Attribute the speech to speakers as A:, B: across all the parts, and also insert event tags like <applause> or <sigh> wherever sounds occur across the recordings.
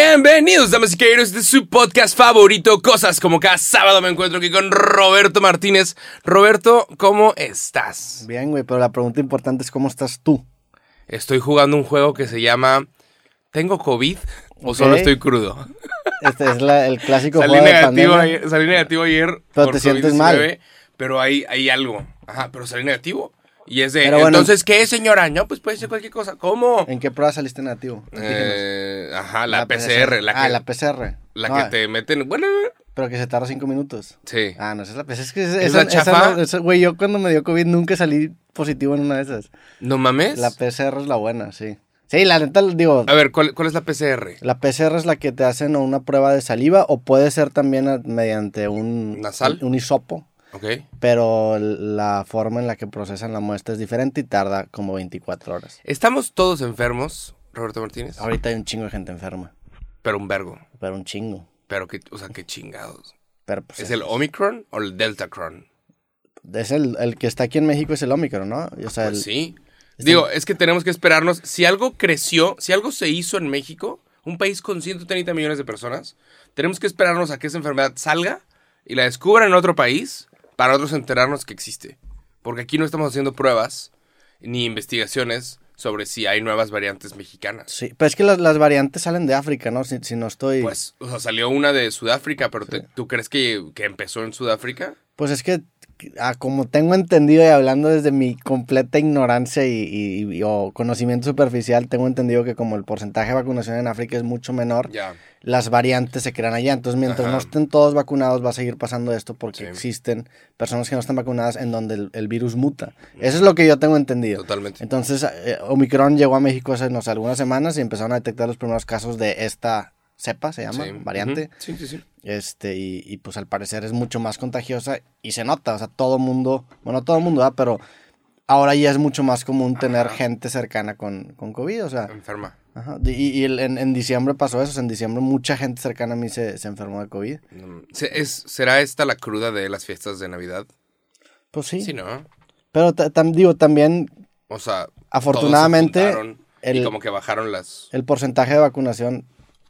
A: Bienvenidos, damas y caballeros, este es su podcast favorito, Cosas como cada sábado me encuentro aquí con Roberto Martínez. Roberto, ¿cómo estás?
B: Bien, güey, pero la pregunta importante es cómo estás tú.
A: Estoy jugando un juego que se llama ¿Tengo COVID o solo
B: Ok.
A: estoy crudo?
B: Este es la- el clásico
A: Salí
B: juego de
A: negativo,
B: pandemia.
A: ayer, salí negativo ayer
B: Pero te sientes mal.
A: COVID-19, Pero hay, hay algo. Ajá, pero salí negativo. Y es de,
B: Pero bueno.
A: entonces, ¿qué es, señora? No, pues puede ser cualquier cosa. ¿Cómo?
B: ¿En qué prueba saliste negativo? Díganos.
A: Eh, ajá, la, PCR, la que,
B: ah, la PCR.
A: la
B: No,
A: que te meten... Bueno,
B: Pero que se tarda cinco minutos.
A: sí.
B: Ah, no, esa es la PCR. Es que
A: ¿Es
B: esa,
A: la chafa?
B: esa no- esa- güey, yo cuando me dio COVID nunca salí positivo en una de esas.
A: ¿No mames?
B: La PCR es la buena, sí. Sí, la neta, digo,
A: A ver, ¿cuál, cuál es la PCR?
B: la PCR es la que te hacen o una prueba de saliva o puede ser también a- mediante un...
A: ¿Nasal?
B: Un hisopo.
A: Ok.
B: Pero la forma en la que procesan la muestra es diferente y tarda como 24 horas.
A: ¿Estamos todos enfermos, Roberto Martínez?
B: Ahorita hay un chingo de gente enferma,
A: Pero un vergo.
B: pero un chingo.
A: Pero que, o sea, qué chingados.
B: Pero pues,
A: ¿Es el Omicron o el Deltacron?
B: es el, el que está aquí en México es el Omicron, ¿no? O sea,
A: Pues
B: el-
A: sí. Digo, es que tenemos que esperarnos. Si algo creció, si algo se hizo en México, un país con 130 millones de personas, tenemos que esperarnos a que esa enfermedad salga y la descubran en otro país para nosotros enterarnos que existe. Porque aquí no estamos haciendo pruebas ni investigaciones sobre si hay nuevas variantes mexicanas.
B: sí. Pero es que las, las variantes salen de África, ¿no? Si, si no estoy... Pues,
A: Pues, o sea, salió una de Sudáfrica, pero te- ¿tú crees que, que empezó en Sudáfrica?
B: pues es que, ah, como tengo entendido y hablando desde mi completa ignorancia y, y- y- o conocimiento superficial, tengo entendido que como el porcentaje de vacunación en África es mucho menor,
A: Ya.
B: las variantes se crean allá. Entonces, mientras
A: Ajá.
B: no estén todos vacunados, va a seguir pasando esto porque
A: Sí.
B: existen personas que no están vacunadas en donde el, el virus muta. Eso es lo que yo tengo entendido.
A: Totalmente.
B: Entonces, eh, Omicron llegó a México hace no sé, algunas semanas y empezaron a detectar los primeros casos de esta cepa, se llama,
A: Sí.
B: variante.
A: Ujú. Sí, sí, sí.
B: Este, y, y, pues al parecer es mucho más contagiosa y se nota, o sea, todo mundo, bueno, todo mundo, ¿verdad? pero ahora ya es mucho más común tener gente cercana con, con COVID, o sea,
A: Enferma.
B: Ajá, Y, y el- en, en diciembre pasó eso. o sea, En diciembre mucha gente cercana a mí se, se enfermó de COVID.
A: No, ¿se- es- ¿Será esta la cruda de las fiestas de Navidad?
B: Pues sí.
A: Sí, ¿no?
B: Pero ta- tam- digo, también
A: O sea,
B: Afortunadamente,
A: todos se juntaron y
B: el-
A: como que bajaron las...
B: el porcentaje de vacunación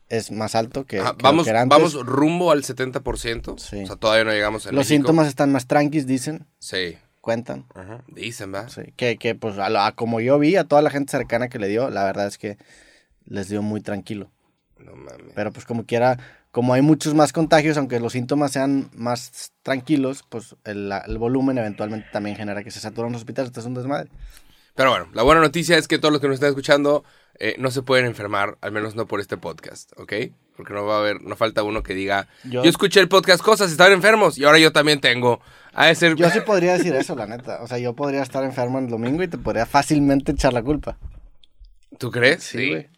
B: es más alto que,
A: Ajá,
B: que lo
A: vamos,
B: que era antes.
A: vamos rumbo al 70%.
B: Sí.
A: O sea, todavía no llegamos a
B: Los síntomas están más tranquis, dicen,
A: Sí.
B: cuentan.
A: Ajá. Dicen, ¿verdad?
B: Sí, Que, que pues a, lo- a como yo vi, a toda la gente cercana que le dio, la verdad es que les dio muy tranquilo.
A: No mames.
B: Pero pues como quiera, como hay muchos más contagios, aunque los síntomas sean más tranquilos, pues el, la- el volumen eventualmente también genera que se saturan los hospitales. Esto es un desmadre.
A: Pero bueno, la buena noticia es que todos los que nos están escuchando eh, no se pueden enfermar, al menos no por este podcast, ¿ok? Porque no va a haber, no falta uno que diga, yo,
B: Yo-
A: escuché el podcast Cosas, estaban enfermos y ahora yo también tengo. A ese...
B: Yo sí podría decir eso, la neta. O sea, yo podría estar enfermo el domingo y te podría fácilmente echar la culpa.
A: ¿Tú crees?
B: Sí, güey.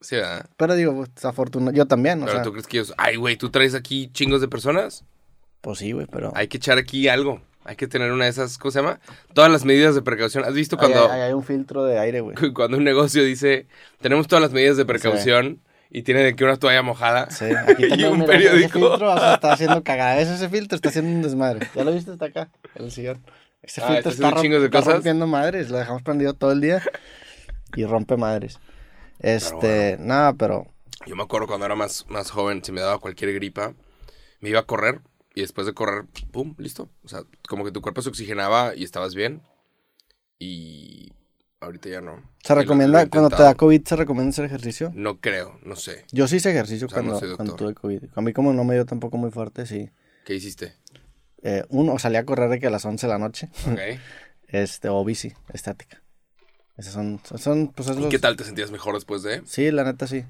A: Sí, ¿verdad?
B: Pero digo, pues, afortuna- yo también, o
A: Pero
B: sea,
A: tú crees que ellos, ay, güey, tú traes aquí chingos de personas.
B: pues sí, güey, pero
A: Hay que echar aquí algo. Hay que tener una de esas, ¿cómo se llama? Todas las medidas de precaución. ¿Has visto
B: ahí hay,
A: cuando,
B: ahí hay un filtro de aire, güey.
A: <laughs> cuando un negocio dice, tenemos todas las medidas de precaución y tiene de que una toalla mojada
B: Sí, aquí
A: <laughs> y
B: tengo,
A: un
B: mira, Ese
A: periódico?
B: filtro, o sea, está haciendo cagada. Eso, ese filtro está haciendo un desmadre. ¿Ya lo viste? Está acá, en el sillón. Ese
A: Ah, está
B: filtro está,
A: haciendo
B: romp-
A: chingos de
B: está
A: cosas.
B: rompiendo madres. Lo dejamos prendido todo el día y rompe madres. Este, nada, pero
A: Yo me acuerdo cuando era más, más joven, si me daba cualquier gripa, me iba a correr y después de correr, pum, listo. O sea, como que tu cuerpo se oxigenaba y estabas bien. Y ahorita ya no.
B: se
A: Lo- lo he
B: recomienda, cuando te
A: intentado.
B: da COVID, se recomienda hacer ejercicio.
A: No creo, no sé.
B: Yo sí hice ejercicio
A: O sea, no
B: cuando,
A: soy
B: cuando
A: doctor.
B: tuve COVID. A mí como no me dio tampoco muy fuerte, sí.
A: ¿Qué
B: <laughs>
A: hiciste?
B: Eh, uno, salí a correr de que a las 11 de la noche.
A: Ok.
B: Este, o bici, estática. Esas son, son pues es
A: ¿Y
B: los...
A: qué tal te sentías mejor después de?
B: Sí, la neta sí.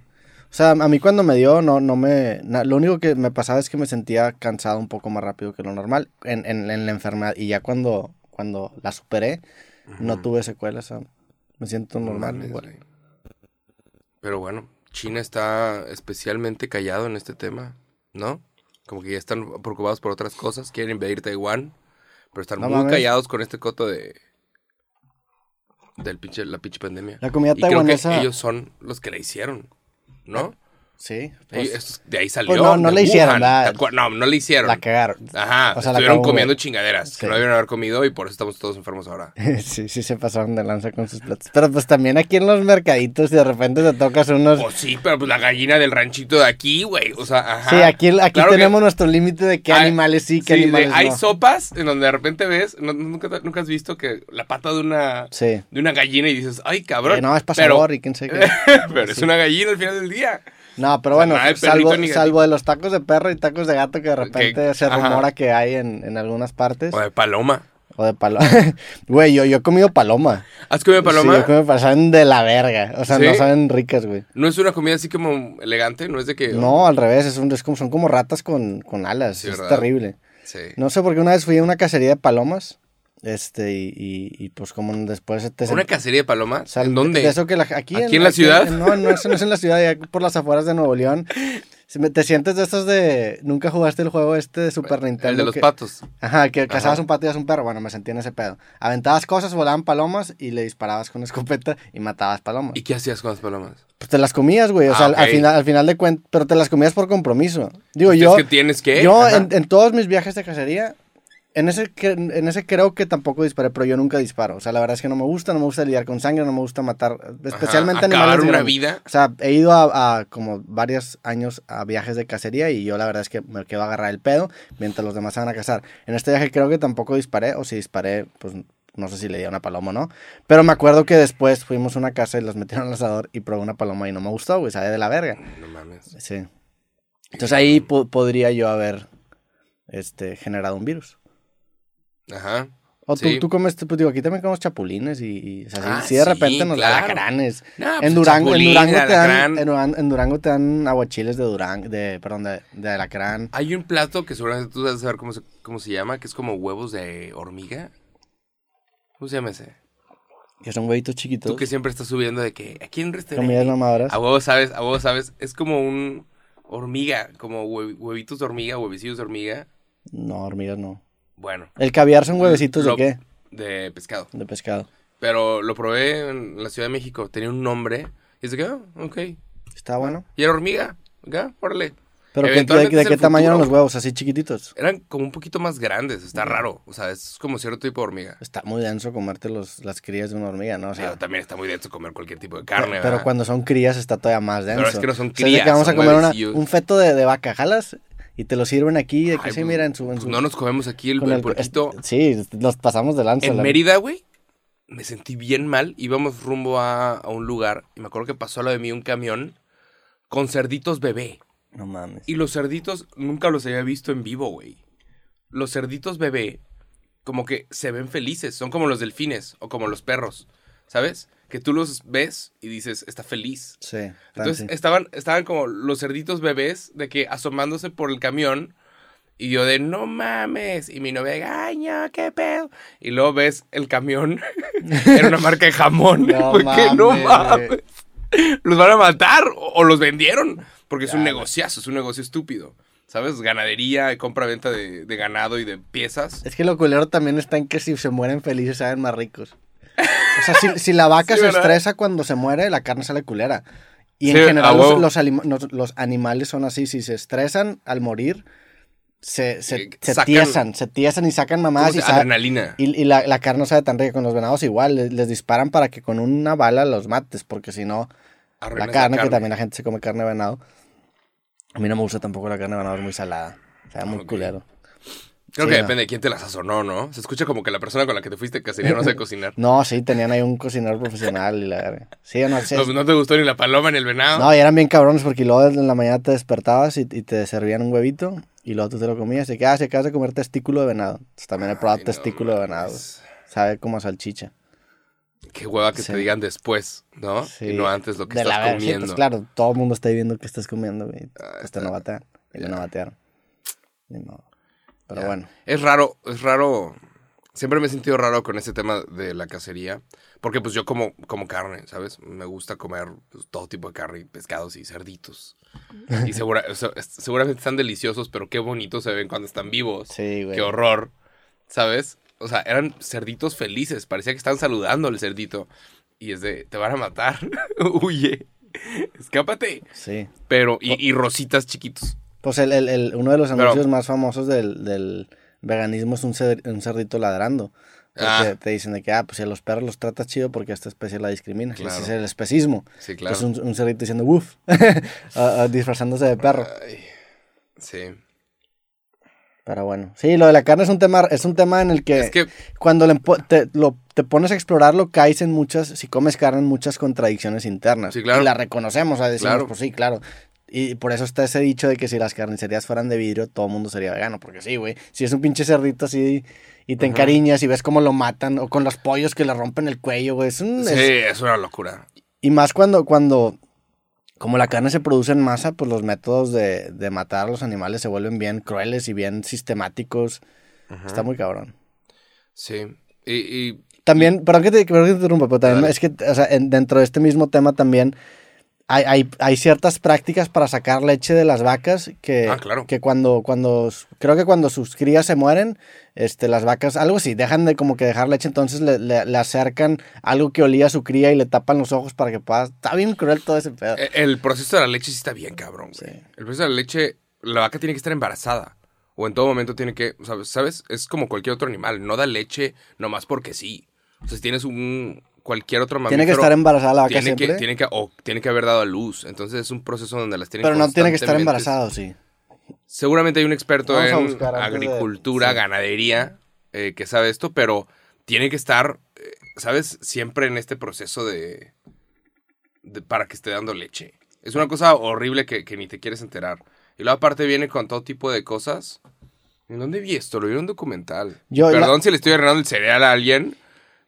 B: O sea, a mí cuando me dio, no, no me... na- lo único que me pasaba es que me sentía cansado un poco más rápido que lo normal en, en- en la enfermedad. Y ya cuando, cuando la superé, no tuve secuelas. o sea, me siento normal
A: Mames,
B: igual.
A: güey. Pero bueno, China está especialmente callado en este tema, ¿no? Como que ya están preocupados por otras cosas, quieren invadir Taiwán, pero están
B: No
A: muy
B: mames.
A: callados con este coto de del pinche, la pinche pandemia.
B: La comida
A: y creo que
B: taiwanesa-
A: ellos son los que la hicieron, ¿no?
B: Sí.
A: Ahí-
B: pues,
A: esto- de ahí salió.
B: pues no, no
A: de
B: le hicieron, la-
A: tal cual. No, no le hicieron.
B: la cagaron.
A: Ajá.
B: O sea, la
A: estuvieron
B: acabó,
A: comiendo
B: güey.
A: chingaderas
B: Sí.
A: que no debieron haber comido y por eso estamos todos enfermos ahora.
B: <laughs> Sí, sí se pasaron de lanza con sus platos. Pero pues también aquí en los mercaditos de repente te tocas unos...
A: Pues sí, pero pues la gallina del ranchito de aquí, güey. O sea, ajá.
B: sí, aquí, aquí
A: Claro que-
B: tenemos nuestro límite de qué
A: Ay,
B: animales sí, qué
A: sí, de-
B: animales
A: hay
B: no.
A: sopas en donde de repente ves, no- nunca, te- nunca has visto que la pata de una,
B: Sí.
A: de una gallina y dices, ay, cabrón.
B: Eh, no, es para
A: pero-
B: sabor y quién sabe qué.
A: <laughs> pero es una gallina al final del día.
B: No, pero
A: O sea,
B: bueno,
A: nada de
B: salvo,
A: perrito ni gatito.
B: salvo de los tacos de perro y tacos de gato que de repente
A: Que-
B: se
A: ajá.
B: rumora que hay en, en algunas partes.
A: O de paloma.
B: O de paloma. <laughs> Güey, yo, yo he comido paloma.
A: ¿Has comido paloma?
B: Sí, yo he comido paloma. Saben de la verga. O sea,
A: ¿Sí?
B: no saben ricas, güey.
A: No es una comida así como elegante, no es de que...
B: No, al revés, es un, es como, son como ratas con, con alas.
A: Sí,
B: es
A: ¿verdad?
B: terrible.
A: Sí.
B: No sé por qué una vez fui a una cacería de palomas. Este, y, y, y, pues como después te
A: ¿Una cacería de palomas?
B: sal-
A: ¿En dónde?
B: de eso que la- aquí,
A: ¿Aquí en la ciudad?
B: no, no, eso no es en la ciudad, ya por las afueras de Nuevo León. Si me- Te sientes de estos de. Nunca jugaste el juego este de Super Nintendo.
A: El de los
B: que-
A: patos.
B: Ajá, que cazabas
A: Ajá.
B: un pato y eras un perro. Bueno, me sentí en ese pedo. Aventabas cosas, volaban palomas y le disparabas con una escopeta y matabas palomas.
A: ¿Y qué hacías con las palomas?
B: Pues te las comías, güey. O
A: Ah,
B: sea, al- al,
A: ok. Pues
B: final, al final de cuentas, pero te las comías por compromiso. Digo,
A: Es
B: yo.
A: que tienes que...
B: Yo
A: Ajá.
B: en, en todos mis viajes de cacería, en ese, cre- en ese creo que tampoco disparé, pero yo nunca disparo. O sea, la verdad es que no me gusta, no me gusta lidiar con sangre, no me gusta matar,
A: Ajá,
B: especialmente
A: Acabar
B: animales.
A: una
B: grandes.
A: vida.
B: O sea, he ido a, a como varios años a viajes de cacería y yo la verdad es que me quedo a agarrar el pedo mientras los demás se van a cazar. En este viaje creo que tampoco disparé, o si disparé, pues no sé si le di a una paloma o no. Pero me acuerdo que después fuimos a una casa y los metieron al asador y probé una paloma y no me gustó, güey, sabe de la verga.
A: No mames.
B: Sí. Entonces ahí po- podría yo haber este, generado un virus.
A: Ajá.
B: O tú,
A: Sí.
B: tú comes, pues digo, aquí también comemos chapulines y, y o sea, sí-
A: Ah,
B: sí, de
A: sí,
B: repente nos
A: claro.
B: alacranes.
A: Nah, pues,
B: en, Durango, en
A: chapulín,
B: Durango te
A: alacrán.
B: dan, en, Duran- en Durango te dan aguachiles de Durango, de, perdón, de, de alacrán.
A: Hay un plato que seguramente tú debes saber cómo se, cómo se llama, que es como huevos de hormiga. ¿Cómo se llama ese?
B: Que son huevitos
A: Tú
B: chiquitos.
A: que siempre estás subiendo de que aquí en un
B: Comidas
A: restaurante.
B: mamadoras.
A: A huevos sabes, a huevos sabes. Es como un hormiga, como hue- huevitos de hormiga, huevecillos de hormiga.
B: No, hormigas no.
A: Bueno,
B: El caviar
A: Mm,
B: son huevecitos
A: Lo-
B: de qué?
A: de pescado.
B: De pescado.
A: Pero lo probé en la Ciudad de México. Tenía un nombre. Y es de que, ah, ok.
B: Está bueno.
A: Y era hormiga. Acá, órale.
B: Pero ¿qué- ¿de,
A: Eventualmente
B: de
A: es
B: qué
A: el
B: tamaño eran
A: futuro.
B: los huevos? Así chiquititos.
A: Eran como un poquito más grandes. Está raro. O sea, es como cierto tipo de hormiga.
B: Está muy denso comerte los, las crías de una hormiga, ¿no? O sea,
A: Digo, también está muy denso comer cualquier tipo de carne,
B: Pero
A: ¿verdad?
B: cuando son crías está todavía más denso.
A: es que no son
B: O sea, es de
A: crías,
B: que vamos
A: son
B: a comer una-
A: huevecillos.
B: un feto de, de vaca, jalas y te lo sirven aquí. De que
A: Ay,
B: sí,
A: pues,
B: mira, en su. en
A: pues
B: su-
A: no nos comemos aquí el,
B: con
A: el
B: el-
A: puerquito.
B: es- sí, nos pasamos de lanza.
A: En
B: la-
A: Mérida, güey, me sentí bien mal. Íbamos rumbo a, a un lugar y me acuerdo que pasó a lo de mí un camión con cerditos bebé.
B: No mames.
A: Y los cerditos nunca los había visto en vivo, güey. Los cerditos bebé, como que se ven felices. Son como los delfines o como los perros, ¿sabes? Que tú los ves y dices, está feliz.
B: Sí,
A: Entonces
B: fancy.
A: estaban, estaban como los cerditos bebés de que asomándose por el camión. Y yo de no mames. Y mi novia de ay, no, qué pedo. Y luego ves el camión. <laughs> Era una marca de jamón. <laughs>
B: No
A: porque no
B: mames,
A: mames.
B: güey.
A: Los van a matar. O, o los vendieron. Porque es un
B: Ya,
A: negociazo, es un negocio estúpido. ¿Sabes? Ganadería, compra-venta de, de ganado y de piezas.
B: Es que lo culero también está en que si se mueren felices saben más ricos. O sea,
A: <laughs>
B: si, si la vaca
A: Sí,
B: se
A: ¿verdad?
B: estresa cuando se muere, la carne sale culera.
A: Sí,
B: Y en
A: a
B: general los,
A: huevo.
B: los alima- los- los animales son así. Si se estresan al morir, se, se,
A: Eh,
B: se
A: sacan-
B: tiesan, se tiesan y sacan
A: Como
B: mamadas y
A: se-
B: saben.
A: adrenalina.
B: Y, y la, la carne no sabe tan rica con los venados, igual les, les disparan para que con una bala los mates, porque si no, la
A: Arruinas
B: carne, que también la gente se come carne de venado. A mí no me gusta tampoco la carne de venado, es muy salada. O sea, muy
A: Ok.
B: culero.
A: Creo
B: Sí,
A: que
B: no.
A: depende de quién te la sazonó, ¿no? Se escucha como que la persona con la que te fuiste cacería
B: <laughs>
A: no sabe cocinar.
B: No, sí, tenían ahí un cocinero profesional y la verga. Sí, no sé.
A: No, no te gustó ni la paloma ni el venado.
B: No, y eran bien cabrones porque luego en la mañana te despertabas y, y te servían un huevito y luego tú te lo comías. Y que, ah, si acabas de comer testículo de venado. Entonces, también he probado
A: Ay, no
B: testículo de venado.
A: mames.
B: Sabe como a salchicha.
A: Qué hueva que
B: Sí.
A: te digan después, ¿no?
B: Sí.
A: Y no antes lo que
B: de la
A: estás
B: verga, sí,
A: comiendo.
B: pues claro, todo el mundo está viendo que estás comiendo, güey.
A: Ah,
B: Pues
A: está-
B: te no batean. Y me no batearon. Ni modo. Pero
A: Ya.
B: bueno.
A: Es raro, es raro. Siempre me he sentido raro con este tema de la cacería. Porque pues yo como, como carne, ¿sabes? Me gusta comer pues, todo tipo de carne, pescados y cerditos. Y segura- o sea, es- seguramente están deliciosos, pero qué bonitos se ven cuando están vivos.
B: Sí, güey.
A: Qué horror, ¿sabes? O sea, eran cerditos felices. Parecía que estaban saludando al cerdito. Y es de, te van a matar. <laughs> Huye. Escápate.
B: Sí.
A: Pero, y, y rositas chiquitos.
B: Pues el, el- el- uno de los anuncios
A: Pero-
B: más famosos del, del veganismo es un, cer- un cerdito ladrando. Porque
A: Ah.
B: te dicen de que, ah, pues si a los perros los tratas chido porque esta especie la discrimina.
A: Claro.
B: Ese es el especismo.
A: Sí, claro.
B: Es un, un cerdito diciendo, <laughs> uff, disfrazándose de perro.
A: Ay,
B: Eh,
A: sí.
B: Pero bueno, sí, lo de la carne es un tema, es un tema en el que,
A: Es que,
B: cuando le empo- te, lo- te pones a explorarlo, caes en muchas, si comes carne, en muchas contradicciones internas.
A: Sí, claro.
B: Y la reconocemos, o sea, decimos,
A: Claro.
B: pues sí, claro. Y por eso está ese dicho de que si las carnicerías fueran de vidrio, todo el mundo sería vegano, porque sí, güey. Si es un pinche cerdito así y te
A: Ajá.
B: encariñas y ves cómo lo matan, o con los pollos que le rompen el cuello, güey. Es un,
A: sí,
B: es-
A: es una locura.
B: y más cuando, cuando, como la carne se produce en masa, pues los métodos de, de matar a los animales se vuelven bien crueles y bien sistemáticos. Está muy cabrón.
A: Sí. Y, y-
B: También, perdón que te, perdón que te interrumpa, pero también
A: Dale.
B: es que o sea, en- dentro de este mismo tema también hay, hay, hay ciertas prácticas para sacar leche de las vacas que,
A: Ah, claro.
B: que cuando, cuando, creo que cuando sus crías se mueren, este, las vacas, algo así, dejan de como que dejar leche, entonces le, le- le acercan algo que olía a su cría y le tapan los ojos para que pueda, está bien cruel todo ese pedo.
A: e- el proceso de la leche sí está bien, cabrón. güey.
B: Sí.
A: El proceso de la leche, la vaca tiene que estar embarazada. O en todo momento tiene que, ¿sabes? ¿sabes? Es como cualquier otro animal. No da leche nomás porque sí. O sea, si tienes un. Cualquier otro mamífero.
B: tiene que estar embarazada la vaca
A: tiene
B: siempre,
A: que, tiene que, o tiene que haber dado a luz. Entonces es un proceso donde las tienen
B: pero no tiene que estar
A: constantemente-
B: embarazado, sí.
A: Seguramente hay un experto
B: Vamos a
A: en
B: buscar antes de-
A: agricultura,
B: sí.
A: ganadería, eh, que sabe esto, pero tiene que estar, eh, ¿sabes? Siempre en este proceso de, de- para que esté dando leche. Es una cosa horrible que, que ni te quieres enterar. Y luego aparte viene con todo tipo de cosas. ¿En dónde vi esto? Lo vi en un documental.
B: Yo-
A: Perdón
B: la-
A: si le estoy arruinando el cereal a alguien,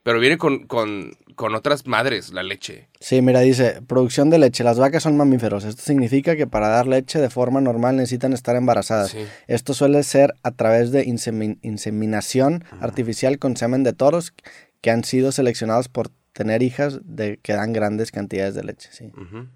A: pero viene con, con, con otras madres la leche.
B: Sí, mira, dice, producción de leche. Las vacas son mamíferos. Esto significa que para dar leche de forma normal necesitan estar embarazadas.
A: Sí.
B: Esto suele ser a través de insemi- inseminación artificial con semen de toros que han sido seleccionados por tener hijas de que dan grandes cantidades de leche. sí.
A: Ujú.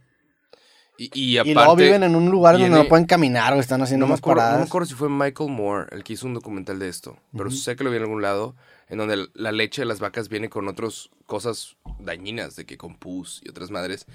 A: Y, y
B: Y
A: aparte...
B: luego viven en un lugar donde
A: viene-
B: no pueden caminar o están haciendo
A: No me,
B: más
A: acuerdo, no me
B: paradas.
A: acuerdo si fue Michael Moore el que hizo un documental de esto, pero sé que lo vi en algún lado, en donde l- la leche de las vacas viene con otras cosas dañinas, de que con pus y otras madres,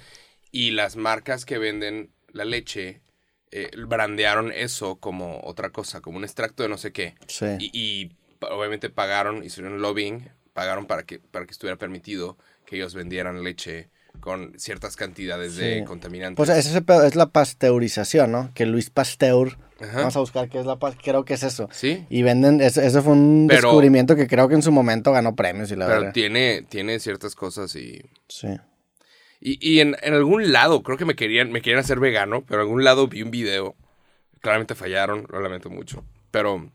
A: y las marcas que venden la leche eh, brandearon eso como otra cosa, como un extracto de no sé qué.
B: Sí.
A: Y, y pa- obviamente pagaron, hicieron lobbying, pagaron para que, para que estuviera permitido que ellos vendieran leche con ciertas cantidades de
B: Sí.
A: contaminantes.
B: Pues es ese pedo, es la pasteurización, ¿no? Que Luis Pasteur,
A: Ajá.
B: eh, vamos a buscar qué es la pas- creo que es eso.
A: Sí.
B: Y venden, eso, eso fue un
A: Pero-
B: descubrimiento que creo que en su momento ganó premios y la
A: Pero
B: verdad.
A: tiene, tiene ciertas cosas y...
B: Sí.
A: Y, y en, en algún lado, creo que me querían, me querían hacer vegano, pero en algún lado vi un video. Claramente fallaron, lo lamento mucho. Pero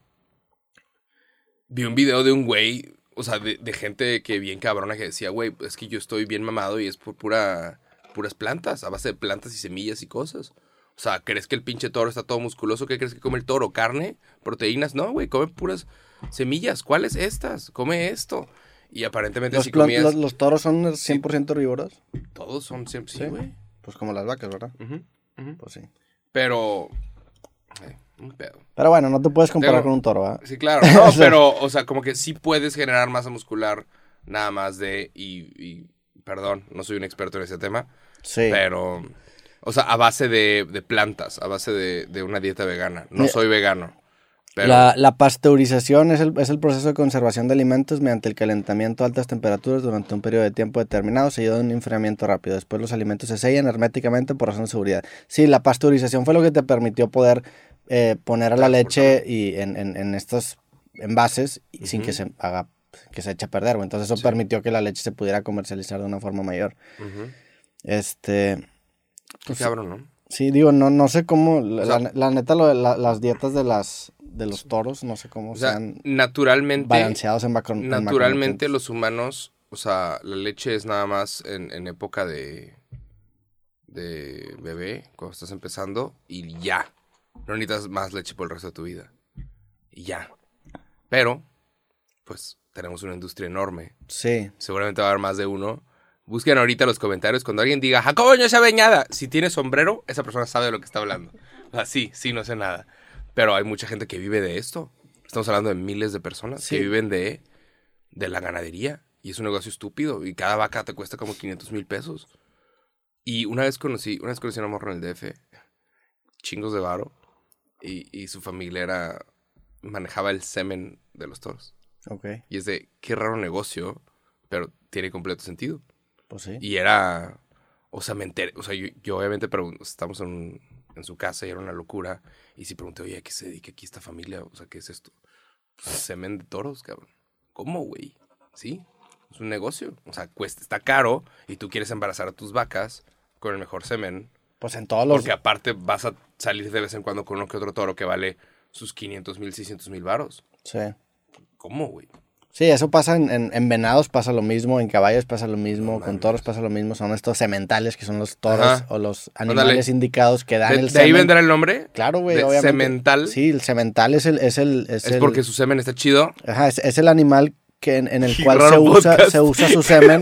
A: vi un video de un güey, o sea, de, de gente que bien cabrona que decía, güey, es que yo estoy bien mamado y es por pura, puras plantas, a base de plantas y semillas y cosas. O sea, ¿crees que el pinche toro está todo musculoso? ¿Qué crees que come el toro? ¿Carne? ¿Proteínas? No, güey, come puras semillas. ¿Cuáles estas? Come esto. Y aparentemente
B: Los,
A: si
B: plon-
A: comías...
B: los- los toros son 100% herbívoros,
A: Todos son siempre... Sí,
B: Sí.
A: güey.
B: pues como las vacas, ¿verdad?
A: Ujú, ujú.
B: Pues sí.
A: Pero. eh, un pedo.
B: Pero bueno, no te puedes comparar
A: Pero-
B: con un toro, ¿verdad?
A: Sí,
B: <laughs>
A: claro. No,
B: O sea-
A: pero, o sea, como que sí puedes generar masa muscular nada más de. Y, y- perdón, no soy un experto en ese tema,
B: Sí.
A: pero. O sea, a base de, de plantas, a base de, de una dieta vegana. No
B: Mira-
A: soy vegano. Pero.
B: La, la pasteurización es el, es el proceso de conservación de alimentos mediante el calentamiento a altas temperaturas durante un periodo de tiempo determinado, seguido de un enfriamiento rápido. Después los alimentos se sellan herméticamente por razón de seguridad. Sí, la pasteurización fue lo que te permitió poder eh, poner a la leche y en, en- en estos envases y sin que se haga que se eche a perder. güey. Entonces eso permitió que la leche se pudiera comercializar de una forma mayor.
A: Ujú.
B: Este,
A: Qué cabrón, ¿no?
B: Sí, digo, no, no sé cómo. La,
A: sea-
B: la- la neta, lo de la- las dietas de las de los toros, no sé cómo
A: O sea,
B: sean
A: naturalmente.
B: balanceados en macro. en
A: Naturalmente
B: macronutrientes.
A: los humanos, o sea, la leche es nada más en, en época de, de bebé, cuando estás empezando, y ya. No necesitas más leche por el resto de tu vida. Y ya. Pero, pues, tenemos una industria enorme.
B: Sí.
A: Seguramente va a haber más de uno. Busquen ahorita los comentarios cuando alguien diga, Jacobo, no sabe nada. Si tiene sombrero, esa persona sabe de lo que está hablando. O sea, sí, sí, no sé nada. Pero hay mucha gente que vive de esto. Estamos hablando de miles de personas
B: Sí.
A: que viven de, de la ganadería. Y es un negocio estúpido. Y cada vaca te cuesta como 500 mil pesos. Y una vez conocí, una vez conocí a una morra en el DF, chingos de varo, y, y su familia era, manejaba el semen de los toros.
B: Ok,
A: Y es de, qué raro negocio, pero tiene completo sentido.
B: pues sí.
A: Y era, o sea, me enteré, o sea, yo, yo obviamente pregunto, estamos en, un- en su casa y era una locura. Y si pregunté, oye, ¿a qué se dedica aquí esta familia? O sea, ¿qué es esto? Pues, semen de toros, cabrón. ¿Cómo, güey? ¿Sí? Es un negocio. O sea, cuesta, está caro y tú quieres embarazar a tus vacas con el mejor semen.
B: Pues en todos los...
A: Porque aparte vas a salir de vez en cuando con uno que otro toro que vale sus 500 mil, 600 mil varos.
B: Sí.
A: ¿Cómo, güey?
B: Sí, eso pasa en, en- en venados, pasa lo mismo, en caballos pasa lo mismo, con
A: mames.
B: toros pasa lo mismo. Son estos sementales que son los toros
A: Ajá.
B: o los
A: Ándale.
B: animales indicados que dan
A: ¿De,
B: el
A: de ahí
B: semen.
A: vendrá el nombre?
B: Claro, güey,
A: de
B: obviamente.
A: semental.
B: Sí, el semental es el... Es, el, es,
A: Es
B: el-
A: porque su semen está chido.
B: ajá, es, es el animal que en, en el
A: <laughs> Qué
B: cual
A: raro
B: se usa,
A: podcast.
B: se usa su semen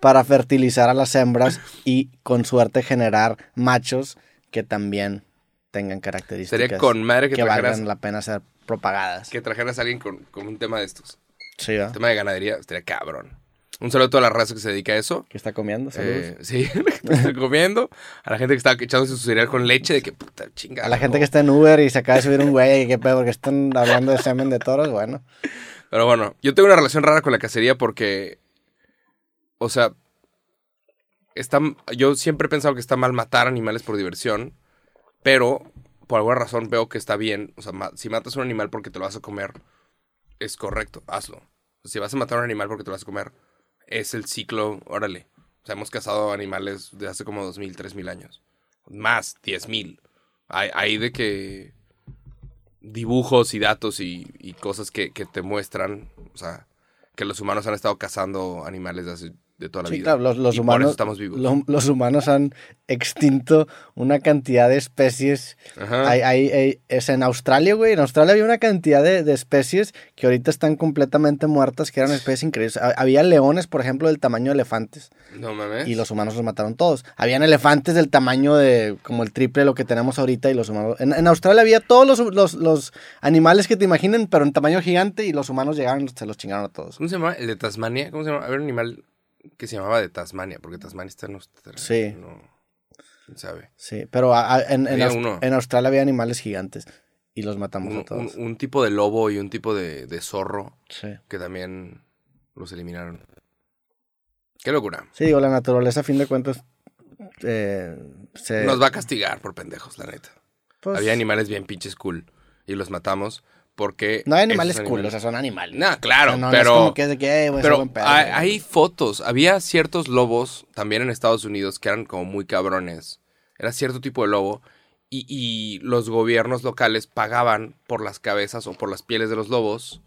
B: para fertilizar a las hembras y con suerte generar machos que también tengan características
A: Sería con madre que,
B: Este que,
A: trajeras,
B: valgan la pena ser propagadas.
A: que trajeras a alguien con, con un tema de estos.
B: Sí, ¿verdad?
A: Un tema de ganadería estaría cabrón. Un saludo a toda la raza que se dedica a eso.
B: ¿Qué está comiendo? Ah, Saludos.
A: Eh, sí, <laughs> a la gente que está comiendo. A la gente que está echándose su cereal con leche, de que puta chinga.
B: A la gente que está en Uber y se acaba de subir un güey, qué pedo, porque están hablando de semen de toros, bueno.
A: Pero bueno, yo tengo una relación rara con la cacería porque. O sea. Está, yo siempre he pensado que está mal matar animales por diversión. Pero por alguna razón veo que está bien. O sea, ma- si matas un animal porque te lo vas a comer, es correcto, hazlo. Si vas a matar a un animal porque te lo vas a comer, es el ciclo, órale. O sea, hemos cazado animales de hace como 2.000, 3.000 años. Más, 10.000. Hay, hay de que dibujos y datos y, y cosas que, que te muestran, o sea, que los humanos han estado cazando animales de, hace- de toda la
B: Sí,
A: vida.
B: claro, los, los
A: Y por eso
B: humanos.
A: estamos vivos.
B: lo- los humanos han extinto una cantidad de especies.
A: Ajá.
B: Hay- hay- hay- es en Australia, güey. En Australia había una cantidad de, de especies que ahorita están completamente muertas, que eran especies increíbles. Ha- Había leones, por ejemplo, del tamaño de elefantes.
A: No mames.
B: Y los humanos los mataron todos. Habían elefantes del tamaño de como el triple de lo que tenemos ahorita y los humanos... En, en Australia había todos los, los- los animales que te imaginen, pero en tamaño gigante y los humanos llegaron y se los chingaron a todos.
A: ¿Cómo se llamaba? ¿El de Tasmania? ¿Cómo se llamaba? Había un animal que se llamaba de Tasmania, porque Tasmania está en Australia.
B: Sí.
A: No, quién sabe.
B: Sí, pero a- a- en, en
A: Había
B: Aus-
A: uno.
B: en Australia había animales gigantes y los matamos
A: Un,
B: a todos.
A: un- un tipo de lobo y un tipo de, de zorro
B: Sí.
A: que también los eliminaron. Qué locura.
B: Sí, digo, la naturaleza a fin de cuentas eh, se...
A: Nos va a castigar por pendejos, la neta.
B: pues,
A: Había animales bien pinches cool y los matamos porque...
B: No hay animales
A: esos
B: cool, o sea, son animales.
A: No, claro,
B: O sea, no, no
A: pero...
B: es como que es de que, eh, güey, soy
A: Pero
B: buen pedo,
A: hay,
B: güey.
A: hay fotos. Había ciertos lobos también en Estados Unidos que eran como muy cabrones. Era cierto tipo de lobo. Y, y los gobiernos locales pagaban por las cabezas o por las pieles de los lobos.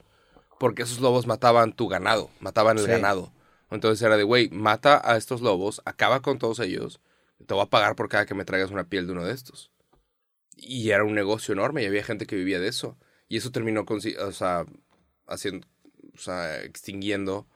A: Porque esos lobos mataban tu ganado. Mataban el
B: Sí.
A: ganado. Entonces era de, güey, mata a estos lobos, acaba con todos ellos. Te voy a pagar por cada que me traigas una piel de uno de estos. Y era un negocio enorme y había gente que vivía de eso. Y eso terminó con, o sea, haciendo, o sea, extinguiendo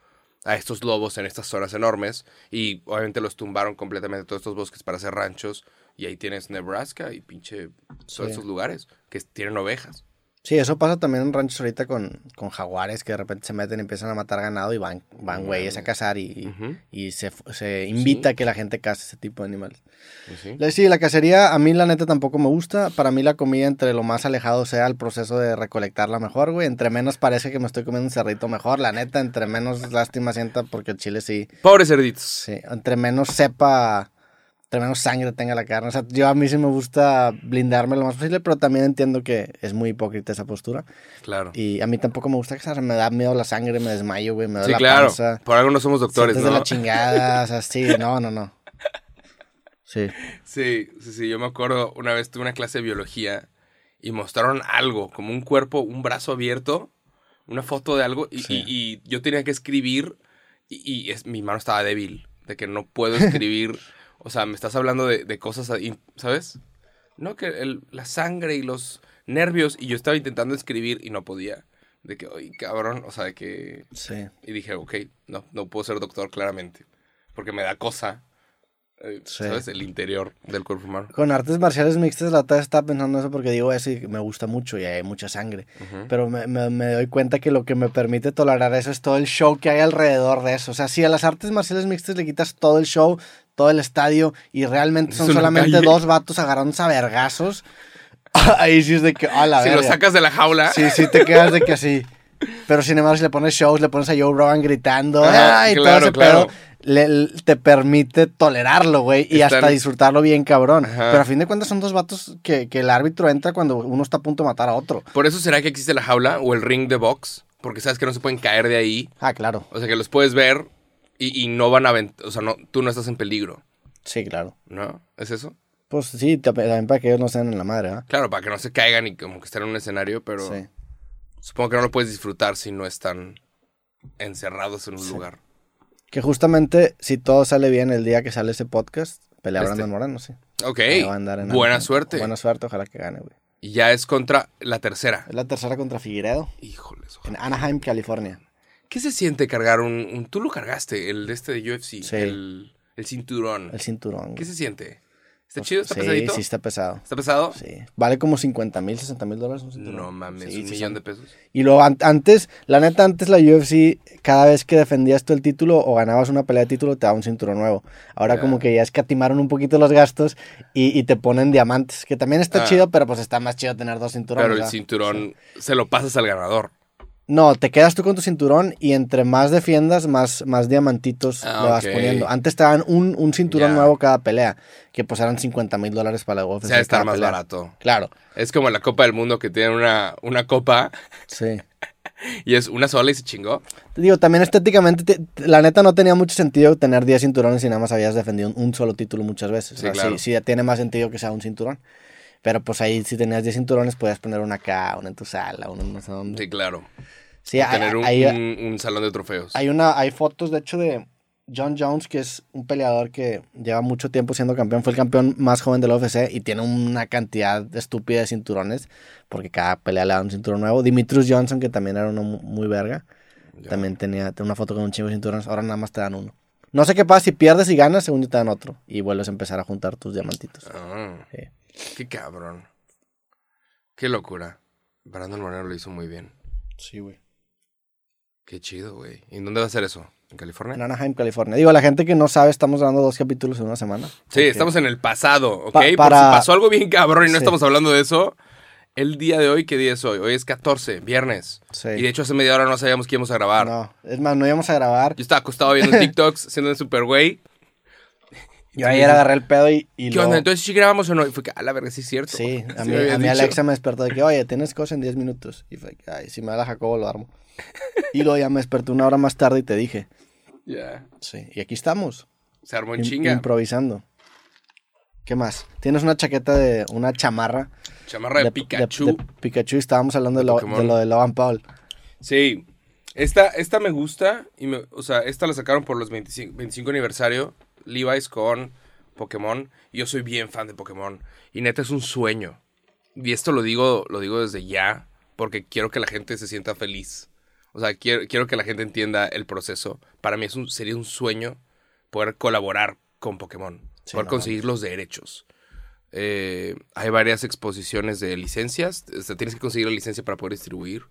A: a estos lobos en estas zonas enormes. Y obviamente los tumbaron completamente todos estos bosques para hacer ranchos. Y ahí tienes Nebraska y pinche todos
B: Sí.
A: estos lugares que tienen ovejas.
B: Sí, eso pasa también en ranchos ahorita con, con jaguares que de repente se meten y empiezan a matar ganado y van, van
A: No
B: güeyes a
A: mames.
B: cazar y, y-
A: Ujú.
B: y se, f- se invita a que la gente case ese tipo de animales.
A: Pues sí.
B: La- Sí, la cacería a mí la neta tampoco me gusta. Para mí la comida entre lo más alejado sea el proceso de recolectarla mejor, güey. Entre menos parece que me estoy comiendo un cerrito mejor, la neta. Entre menos lástima sienta porque el chile sí.
A: Pobres cerditos.
B: Sí, entre menos sepa, entre menos sangre tenga la carne. O sea, yo a mí sí me gusta blindarme lo más posible, pero también entiendo que es muy hipócrita esa postura.
A: Claro.
B: Y a mí tampoco me gusta que se me da miedo la sangre, me desmayo, güey, me da
A: Sí,
B: la
A: claro.
B: panza.
A: Por algo no somos doctores,
B: sientes de
A: ¿no?
B: la chingada, o
A: <laughs>
B: sea, sí, no, no, no. Sí,
A: Sí, sí, sí, yo me acuerdo una vez tuve una clase de biología y mostraron algo, como un cuerpo, un brazo abierto, una foto de algo y,
B: Sí.
A: y- y yo tenía que escribir y, y es, mi mano estaba débil, de que no puedo escribir, o sea, me estás hablando de, de cosas, ahí, ¿sabes? No, que el- la sangre y los nervios y yo estaba intentando escribir y no podía, de que, oye, cabrón, o sea, de que
B: sí,
A: y dije, ok, no, no puedo ser doctor claramente. Porque me da cosa. eh,
B: Sí.
A: ¿Sabes? El interior del cuerpo humano.
B: Con artes marciales mixtas, la otra vez estaba pensando eso porque digo eso y me gusta mucho y hay mucha sangre.
A: Ujú.
B: Pero me, me- me doy cuenta que lo que me permite tolerar eso es todo el show que hay alrededor de eso. O sea, si a las artes marciales mixtas le quitas todo el show, todo el estadio y realmente
A: Es
B: son
A: una
B: solamente
A: calle.
B: dos vatos agarrándose a vergazos. <laughs> Ahí sí es de que, a la
A: si lo
B: verga.
A: sacas de la jaula.
B: Sí, sí, te quedas de que así. Pero sin embargo, si le pones shows, le pones a Joe Rogan gritando,
A: Ah,
B: ¡ay!
A: claro,
B: todo ese
A: claro.
B: pedo, le- le- te permite tolerarlo, güey, y
A: Están-
B: hasta disfrutarlo bien cabrón.
A: Ajá.
B: Pero a fin de cuentas son dos vatos que, que el árbitro entra cuando uno está a punto de matar a otro.
A: Por eso será que existe la jaula o el ring de box, porque sabes que no se pueden caer de ahí.
B: Ah, claro.
A: O sea, que los puedes ver y, y no van a... avent- O sea, no, tú no estás en peligro,
B: Sí, claro.
A: ¿no? ¿Es eso?
B: Pues sí, tam- también para que ellos no sean en la madre, ¿ah?
A: Claro, para que no se caigan y como que estén en un escenario, pero
B: Sí.
A: supongo que no lo puedes disfrutar si no están encerrados en un lugar.
B: Que justamente, si todo sale bien el día que sale ese podcast, pelea
A: Este.
B: Brandon Moreno, sí.
A: Ok,
B: Ahí va a andar en
A: buena
B: algo.
A: suerte.
B: Buena suerte, ojalá que gane, güey.
A: Y ya es contra la tercera.
B: Es la tercera contra Figueredo,
A: Híjoles. ojalá.
B: en Anaheim, California.
A: ¿Qué se siente cargar un, un- Tú lo cargaste, el de este de UFC,
B: Sí.
A: el, el cinturón.
B: El cinturón. güey.
A: ¿Qué se siente? ¿Está chido? ¿Está
B: sí,
A: pesadito?
B: Sí, está pesado.
A: ¿Está pesado?
B: Sí. Vale como 50 mil, 60 mil dólares un cinturón.
A: No mames,
B: Sí,
A: un
B: sí
A: millón
B: son.
A: de pesos.
B: Y luego an- antes, la neta, antes la UFC, cada vez que defendías tú el título o ganabas una pelea de título, te daba un cinturón nuevo. Ahora
A: Ya.
B: como que ya escatimaron un poquito los gastos y, y te ponen diamantes, que también está
A: Ah.
B: chido, pero pues está más chido tener dos cinturones.
A: Pero el
B: ¿verdad?
A: cinturón se lo pasas al ganador.
B: No, te quedas tú con tu cinturón y entre más defiendas, más, más diamantitos
A: Ah,
B: le vas
A: ok.
B: poniendo. Antes te daban un, un cinturón
A: Ya.
B: nuevo cada pelea, que pues eran 50 mil dólares para la UFC.
A: Se ha de estar
B: cada
A: más
B: pelea.
A: barato.
B: Claro,
A: Es como la Copa del Mundo que tiene una, una copa
B: sí.
A: y es una sola y se chingó.
B: Te Digo, también estéticamente, te- te- la neta no tenía mucho sentido tener 10 cinturones si nada más habías defendido un, un solo título muchas veces. O
A: Sí,
B: sea, Sí,
A: claro.
B: sí, tiene más sentido que sea un cinturón. Pero pues ahí si tenías 10 cinturones podías poner una acá, una en tu sala, una en no sé dónde.
A: Sí, claro.
B: Sí, hay,
A: Tener un,
B: hay-
A: un- un salón de trofeos.
B: hay una, hay fotos de hecho de John Jones, que es un peleador que lleva mucho tiempo siendo campeón, fue el campeón más joven del UFC y tiene una cantidad estúpida de cinturones, porque cada pelea le da un cinturón nuevo. Dimitrius Johnson, que también era uno mu- muy verga.
A: Ya.
B: También tenía, tenía una foto con un chingo de cinturones. Ahora nada más te dan uno. No sé qué pasa si pierdes y ganas, según yo te dan otro. Y vuelves a empezar a juntar tus diamantitos.
A: Ah,
B: Sí.
A: qué cabrón. Qué locura. Brandon Moreno lo hizo muy bien.
B: Sí, güey.
A: Qué chido, güey. ¿Y dónde va a ser eso? ¿En California?
B: En Anaheim, California. Digo, la gente que no sabe, estamos grabando dos capítulos en una semana.
A: Sí,
B: Porque-
A: estamos en el pasado, ¿ok?
B: Pa-
A: Por
B: para-
A: si pasó algo bien cabrón y no
B: Sí.
A: estamos hablando de eso. El día de hoy, ¿qué día es hoy? Hoy es 14, viernes.
B: Sí.
A: Y de hecho hace media hora no sabíamos que íbamos a grabar.
B: No, es más, no íbamos a grabar.
A: Yo estaba acostado
B: <laughs>
A: viendo TikToks, siendo un super güey.
B: Yo ayer agarré el pedo y, y
A: ¿Qué
B: luego-
A: onda? Entonces sí grabamos o no. Y fue que, a la verga, sí es cierto.
B: Sí, a
A: <laughs> Sí
B: mí,
A: me habías
B: a mí
A: dicho.
B: Alexa me despertó de que, oye, tienes cosas en 10 minutos. Y fue, like, ay, si me da la Jacobo lo armo. Y luego ya me desperté una hora más tarde y te dije,
A: Ya.
B: sí, y aquí estamos.
A: Se armó en
B: im-
A: chinga.
B: Improvisando. ¿Qué más? Tienes una chaqueta de una chamarra
A: Chamarra de, Pikachu.
B: de Pikachu y estábamos hablando de,
A: De
B: lo,
A: Pokémon.
B: de lo de Logan Paul.
A: Sí. Esta, esta me gusta. Y me- o sea, esta la sacaron por los 25, 25 aniversario. Levi's con Pokémon. Y yo soy bien fan de Pokémon. Y neta es un sueño. Y esto lo digo, lo digo desde ya. Porque quiero que la gente se sienta feliz. O sea, quiero, quiero que la gente entienda el proceso. Para mí es un, sería un sueño poder colaborar con Pokémon.
B: Sí,
A: poder
B: no
A: conseguir los derechos. Eh, hay varias exposiciones de licencias. O sea, tienes que conseguir la licencia para poder distribuir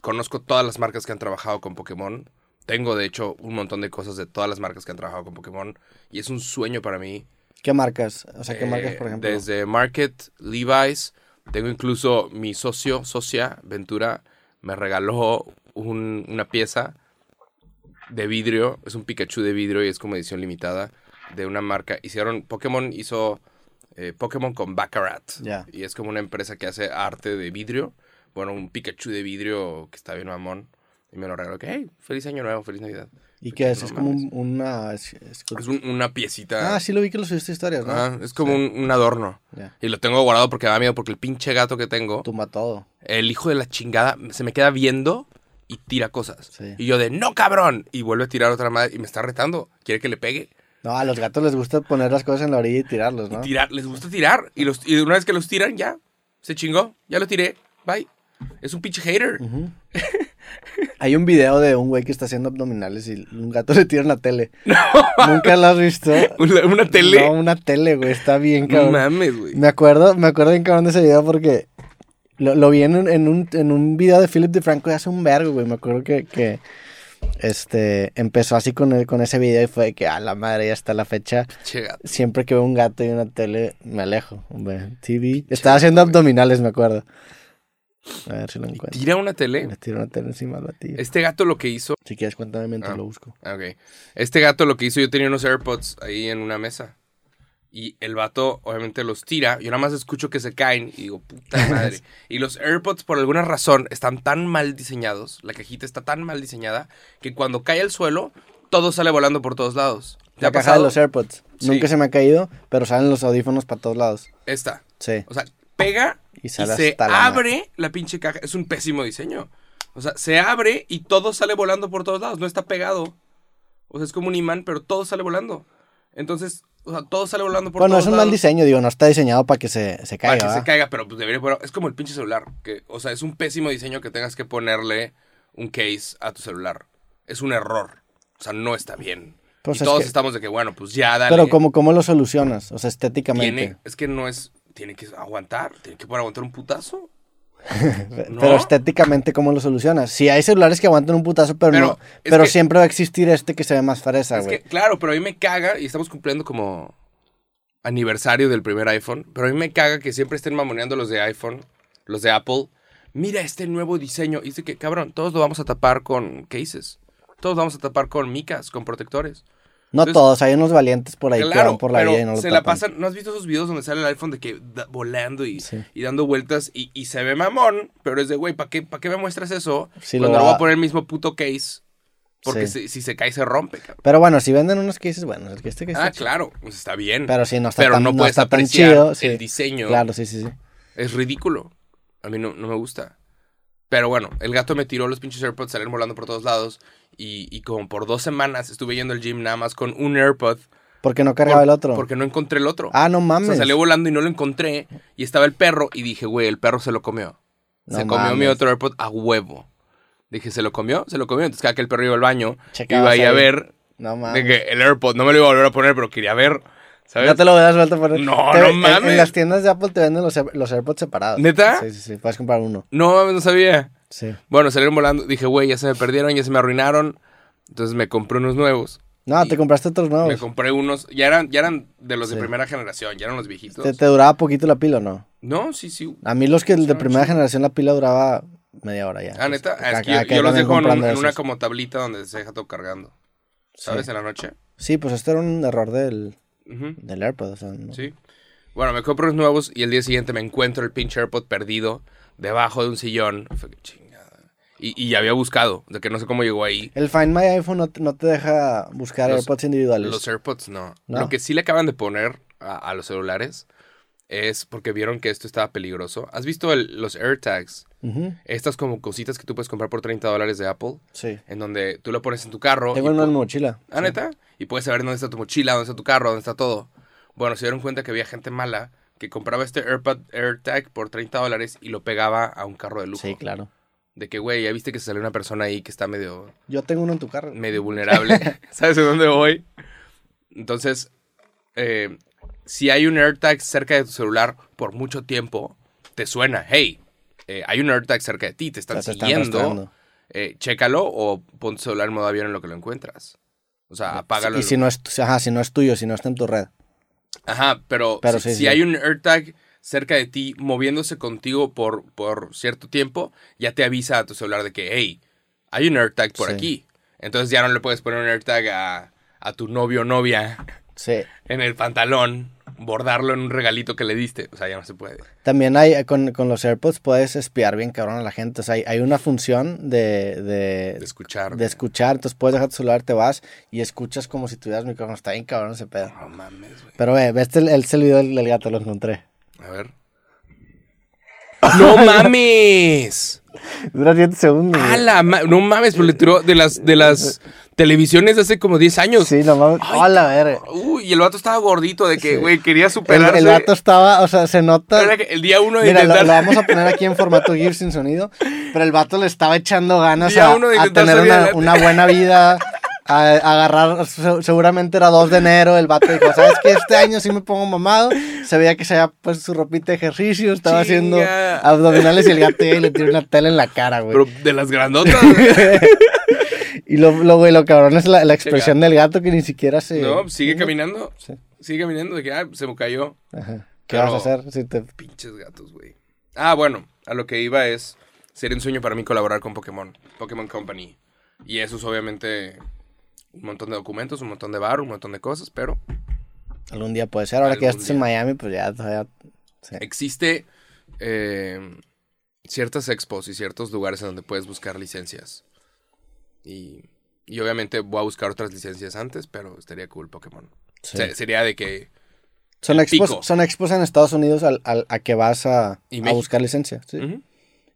A: conozco todas las marcas que han trabajado con Pokémon. Tengo, de hecho, un montón de cosas de todas las marcas que han trabajado con Pokémon. Y es un sueño para mí.
B: ¿Qué marcas? O sea, ¿qué
A: Eh,
B: marcas, por ejemplo?
A: Desde Market, Levi's. Tengo incluso mi socio, socia, Ventura, me regaló un- una pieza de vidrio. Es un Pikachu de vidrio y es como edición limitada de una marca. Hicieron, Pokémon hizo eh, Pokémon con Baccarat.
B: Ya.
A: Y es como una empresa que hace arte de vidrio. Bueno, un Pikachu de vidrio que está bien mamón. Y me lo regaló. Que, hey, feliz año nuevo, feliz Navidad.
B: ¿Y qué es?
A: No
B: es como
A: mames.
B: un- una... es- es-
A: Es un- una piecita.
B: Ah, sí lo vi que lo subiste a historias, ¿no?
A: Ajá, es como un- un adorno.
B: Ya.
A: Y lo tengo guardado porque me da miedo, porque el pinche gato que tengo,
B: Tumba todo.
A: el hijo de la chingada, se me queda viendo y tira cosas.
B: Sí.
A: Y yo de, no cabrón, y vuelve a tirar otra madre y me está retando, quiere que le pegue.
B: No, a los gatos les gusta poner las cosas en la orilla y tirarlos, ¿no?
A: Tirar, les gusta tirar. Y, los, y una vez que los tiran, ya, se chingó, ya lo tiré, bye. Es un pinche hater.
B: Ujú. Hay un video de un güey que está haciendo abdominales y un gato le tira en
A: <laughs>
B: la tele. Nunca lo has visto.
A: Una, <laughs> una tele.
B: No, una tele, güey. Está bien,
A: No,
B: cabrón.
A: mames, güey.
B: me acuerdo, me acuerdo bien cabrón de ese video porque lo, lo vi en un, en un, en un video de Philip DeFranco hace un vergo, güey. Me acuerdo que, que, Este, empezó así con, el- con ese video y fue de que, a la madre, ya está la fecha.
A: Che, gato.
B: Siempre que veo un gato y una tele, me alejo. Ve TV. Estaba haciendo abdominales, me acuerdo. A ver si lo encuentro.
A: Tira una tele.
B: Le tiro una tele encima la tía.
A: Este gato lo que hizo.
B: Si quieres, cuéntame mientras
A: Ah.
B: lo busco.
A: Ah, ok. Este gato lo que hizo, yo tenía unos AirPods ahí en una mesa. Y el vato, obviamente, los tira. Yo nada más escucho que se caen y digo, puta
B: <laughs>
A: madre. y los AirPods, por alguna razón, están tan mal diseñados. La cajita está tan mal diseñada que cuando cae al suelo, todo sale volando por todos lados. ¿Te
B: La
A: ha
B: caja de
A: pasado?
B: los AirPods.
A: Sí.
B: Nunca se me ha caído, pero salen los audífonos para todos lados.
A: Esta.
B: Sí.
A: O sea, pega
B: Y
A: y,
B: sale
A: se
B: hasta la
A: abre la pinche caja. Es un pésimo diseño. O sea, se abre y todo sale volando por todos lados. No está pegado. O sea, es como un imán, pero todo sale volando. Entonces, o sea, todo sale volando por
B: Bueno,
A: todos
B: es un
A: lados.
B: mal diseño, ¿eh? digo, no está diseñado para que se, se
A: Para
B: caiga.
A: que se
B: ¿verdad?
A: caiga, pero pues debería. pero es como el pinche celular. Que, o sea, es un pésimo diseño que tengas que ponerle un case a tu celular. Es un error. O sea, no está bien.
B: Pues
A: y
B: es
A: todos
B: que-
A: estamos de que, bueno, pues ya dale.
B: Pero ¿cómo, ¿cómo lo solucionas? O sea, estéticamente.
A: tiene, es que no es. Tiene que aguantar. Tiene que poder aguantar un putazo. ¿No?
B: Pero estéticamente, ¿cómo lo solucionas? Si hay celulares que aguantan un putazo, pero,
A: Pero
B: no.
A: es
B: Pero
A: que-
B: siempre va a existir este que se ve más fresa,
A: Es
B: güey.
A: que, claro, pero a mí me caga, y estamos cumpliendo como aniversario del primer iPhone, pero a mí me caga que siempre estén mamoneando los de iPhone, los de Apple. Mira este nuevo diseño. Y dice que, cabrón, todos lo vamos a tapar con cases. Todos lo vamos a tapar con micas, con protectores.
B: No
A: entonces-
B: todos, hay unos valientes por ahí que
A: claro,
B: van por la
A: pero
B: vida y no lo
A: se la
B: tapan.
A: pasan. ¿No has visto esos videos donde sale el iPhone de que da- volando y,
B: Sí.
A: y dando vueltas y, y se ve mamón? Pero es de, güey, ¿para qué, pa' qué me muestras eso
B: Sí, lo
A: cuando lo,
B: va-
A: voy a poner en el mismo puto case? Porque
B: Sí.
A: si, si se cae, se rompe, cabrón.
B: Pero bueno, si venden unos que dices, bueno, el que este que está
A: Ah,
B: chido.
A: claro, pues está bien.
B: Pero sí, no está
A: Pero
B: tan,
A: no
B: no
A: puedes
B: está tan
A: apreciar
B: chido.
A: el
B: sí.
A: diseño.
B: Claro, sí, sí, sí.
A: Es ridículo. A mí no, no me gusta. Pero bueno, el gato me tiró los pinches AirPods, salieron volando por todos lados. Y, y como por dos semanas estuve yendo al gym nada más con un AirPod.
B: Porque no cargaba
A: por-
B: el otro.
A: Porque no encontré el otro.
B: Ah, no
A: o
B: mames.
A: sea, salió volando y no lo encontré. Y estaba el perro y dije, güey, el perro se lo comió. se
B: No
A: comió mi
B: mames.
A: otro AirPod a huevo. Dije, ¿se lo comió? Se lo comió. Entonces cada que el perro iba al baño,
B: Checabas
A: iba ahí a
B: ahí.
A: ver
B: No
A: de
B: mames.
A: que el AirPod no me lo iba a volver a poner, pero quería ver. ¿Sabes?
B: No te lo das vuelta a poner.
A: No,
B: Te-
A: no
B: en- En,
A: mames.
B: las tiendas de Apple te venden los, Air- los AirPods separados.
A: ¿Neta?
B: Sí, sí, sí. Puedes comprar uno.
A: No mames, no sabía.
B: Sí.
A: Bueno, salieron volando. Dije, güey, ya se me perdieron, ya se me arruinaron. Entonces me compré unos nuevos.
B: No,
A: Y
B: te compraste otros
A: Me
B: nuevos.
A: compré unos. Ya eran, ya eran de los
B: Sí. Este
A: de primera generación, ya eran los viejitos.
B: Te, te duraba poquito la pila, ¿o ¿no?
A: No, sí, sí.
B: A mí los que de
A: Estaban
B: primera generación la pila duraba media hora ya.
A: Ah, neta.
B: Entonces,
A: Ah, es que
B: acá-
A: yo,
B: acá
A: yo los
B: también
A: dejo en, un-
B: comprando
A: en una
B: esos.
A: como tablita donde se deja todo cargando. ¿Sabes? En la noche.
B: Sí, pues esto era un error del,
A: Ujú,
B: del AirPod. O sea, no-
A: Sí. Bueno, me compro unos nuevos y el día siguiente me encuentro el pinche AirPod perdido debajo de un sillón. Fue que chingada. Y, y ya había buscado, de que no sé cómo llegó ahí.
B: El Find My iPhone no te, no te deja buscar
A: Los-
B: AirPods individuales.
A: Los AirPods no.
B: No.
A: Lo que sí le acaban de poner a, a los celulares es porque vieron que esto estaba peligroso. ¿Has visto el- los AirTags?
B: Ujú,
A: Estas como cositas que tú puedes comprar por 30 dólares de Apple,
B: Sí.
A: en donde tú lo pones en tu carro.
B: Tengo
A: Oh, y
B: uno en
A: pu-
B: mi mochila.
A: ¿Ah, neta? Y puedes saber dónde está tu mochila, dónde está tu carro, dónde está todo. Bueno, se dieron cuenta que había gente mala que compraba este AirPod AirTag por 30 dólares y lo pegaba a un carro de lujo.
B: Sí, claro.
A: De que, güey, ya viste que se salió una persona ahí que está medio
B: Yo tengo uno en tu carro.
A: medio
B: <laughs>
A: vulnerable. ¿Sabes en dónde voy? Entonces, eh, si hay un AirTag cerca de tu celular por mucho tiempo, te suena, hey, eh, hay un AirTag cerca de ti, te están
B: O sea, te están
A: siguiendo,
B: rastreando.
A: eh, chécalo o pon tu celular en modo avión en lo que lo encuentras. O sea, apágalo.
B: Y si no, es, tu- ajá, si no es tuyo, si no está en tu red.
A: Ajá, pero,
B: Pero
A: si,
B: sí,
A: si
B: sí.
A: hay un AirTag cerca de ti moviéndose contigo por, por cierto tiempo, ya te avisa a tu celular de que, hey, hay un AirTag por
B: Sí.
A: aquí. Entonces ya no le puedes poner un AirTag a, a tu novio o novia
B: Sí.
A: en el pantalón, bordarlo en un regalito que le diste. O sea, ya no se puede.
B: También hay, eh, con, con los AirPods puedes espiar bien cabrón a la gente. O sea, hay, hay una función de,
A: De
B: de,
A: escuchar.
B: de escuchar. Entonces puedes dejar tu celular, te vas y escuchas como si tuvieras micrófono. Está bien cabrón ese pedo.
A: No mames, güey.
B: Pero ve, ve este, el, el video del, del gato, lo encontré.
A: A
B: <laughs>
A: ver. ¡No mames!
B: Dura 7 segundos. güey.
A: ¡A la ma- No mames, pero le tiró de las, de las televisiones de hace como 10 años.
B: Sí, no mames.
A: Ay,
B: ¡Hola, verga!
A: Uy, y el vato estaba gordito de
B: Sí.
A: que, güey, quería
B: El,
A: superarse.
B: el gato estaba, o sea, se nota.
A: Era que el día uno de
B: Mira, lo,
A: intentar,
B: lo vamos a poner aquí en formato GIF sin sonido. Pero el vato le estaba echando ganas
A: Día
B: a,
A: uno de
B: a
A: intentar
B: tener
A: salir
B: una,
A: adelante.
B: una buena vida. A, a agarrar, se- seguramente era 2 de enero. El vato dijo: ¿Sabes qué? Este año sí me pongo mamado. Se veía que se había puesto su ropita de ejercicio. Estaba haciendo
A: Chinga.
B: abdominales y el gato llega y le tiró una tela en la cara, güey.
A: pero de las grandotas. güey.
B: Y lo, lo, güey, lo cabrón es la, la expresión del gato que ni siquiera se.
A: No, pues, sigue
B: Sí.
A: caminando.
B: Sí.
A: Sigue caminando de que, ah, se me cayó.
B: Ajá. ¿Qué
A: Claro.
B: vas a hacer? Si te...
A: Pinches gatos, güey. Ah, bueno, a lo que iba es. Sería un sueño para mí colaborar con Pokémon, Pokémon Company. Y eso es obviamente un montón de documentos, un montón de bar, un montón de cosas, pero
B: Algún día puede ser. Ahora que ya
A: Algún
B: estás en Miami, pues ya todavía. sí.
A: existe eh, ciertas expos y ciertos lugares en donde puedes buscar licencias. Y, y obviamente voy a buscar otras licencias antes, pero estaría cool Pokémon.
B: Sí.
A: Se- sería de que
B: Son expos,
A: pico.
B: son expos en Estados Unidos al, al- a que vas a,
A: Y
B: a
A: México.
B: buscar licencia. ¿sí?
A: ujú,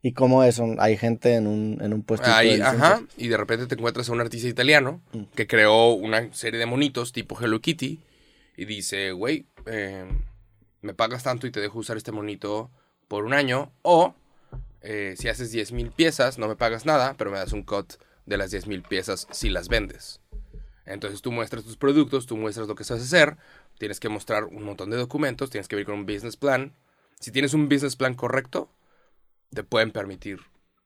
B: ¿Y cómo es? Un- Hay gente en un, en un puesto.
A: ahí, ajá, y de repente te encuentras a un artista italiano que creó una serie de monitos tipo Hello Kitty y dice, güey, eh, me pagas tanto y te dejo usar este monito por un año o eh, si haces 10 mil piezas no me pagas nada, pero me das un cut de las 10 mil piezas si las vendes. Entonces tú muestras tus productos, tú muestras lo que sabes hacer, tienes que mostrar un montón de documentos, tienes que venir con un business plan. Si tienes un business plan correcto, te pueden permitir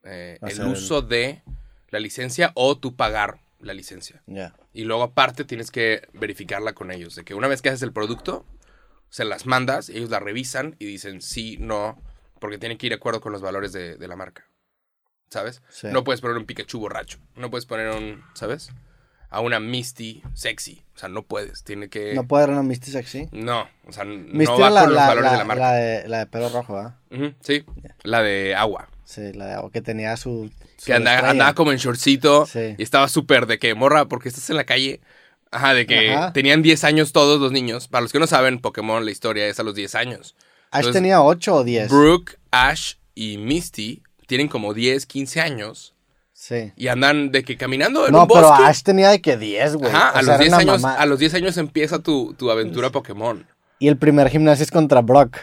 A: eh, el
B: Hacer el-
A: uso de la licencia o tú pagar la licencia. Y luego aparte tienes que verificarla con ellos, de que una vez que haces el producto, se las mandas, ellos la revisan y dicen sí, no, porque tienen que ir de acuerdo con los valores de, de la marca. ¿Sabes?
B: Sí.
A: No puedes poner un Pikachu borracho, no puedes poner un, ¿sabes? A una Misty sexy, o sea, no puedes, tiene que...
B: No puede haber una Misty sexy.
A: No, o sea, n-
B: Misty
A: no va
B: era la,
A: con los
B: la-
A: valores
B: la-
A: de la marca.
B: la de, la de pelo rojo, ¿ah?
A: Ujú, sí, la de agua.
B: Sí, la de o que tenía su. su
A: Que andaba,
B: estrella.
A: andaba como en shortcito
B: Sí.
A: y estaba súper de que morra, porque estás en la calle. Ajá, de que
B: Ajá.
A: tenían 10 años todos los niños. Para los que no saben, Pokémon, la historia es a los 10 años.
B: Ash
A: Entonces,
B: tenía 8 o 10.
A: Brooke, Ash y Misty tienen como 10, 15 años
B: Sí.
A: y andan de que caminando en
B: No,
A: un
B: pero
A: bosque.
B: Ash tenía de que 10, güey.
A: Ajá,
B: O sea,
A: a
B: era
A: los, 10
B: una
A: años,
B: mamá.
A: a los 10 años empieza tu, tu aventura Pokémon.
B: Y el primer gimnasio es contra Brock,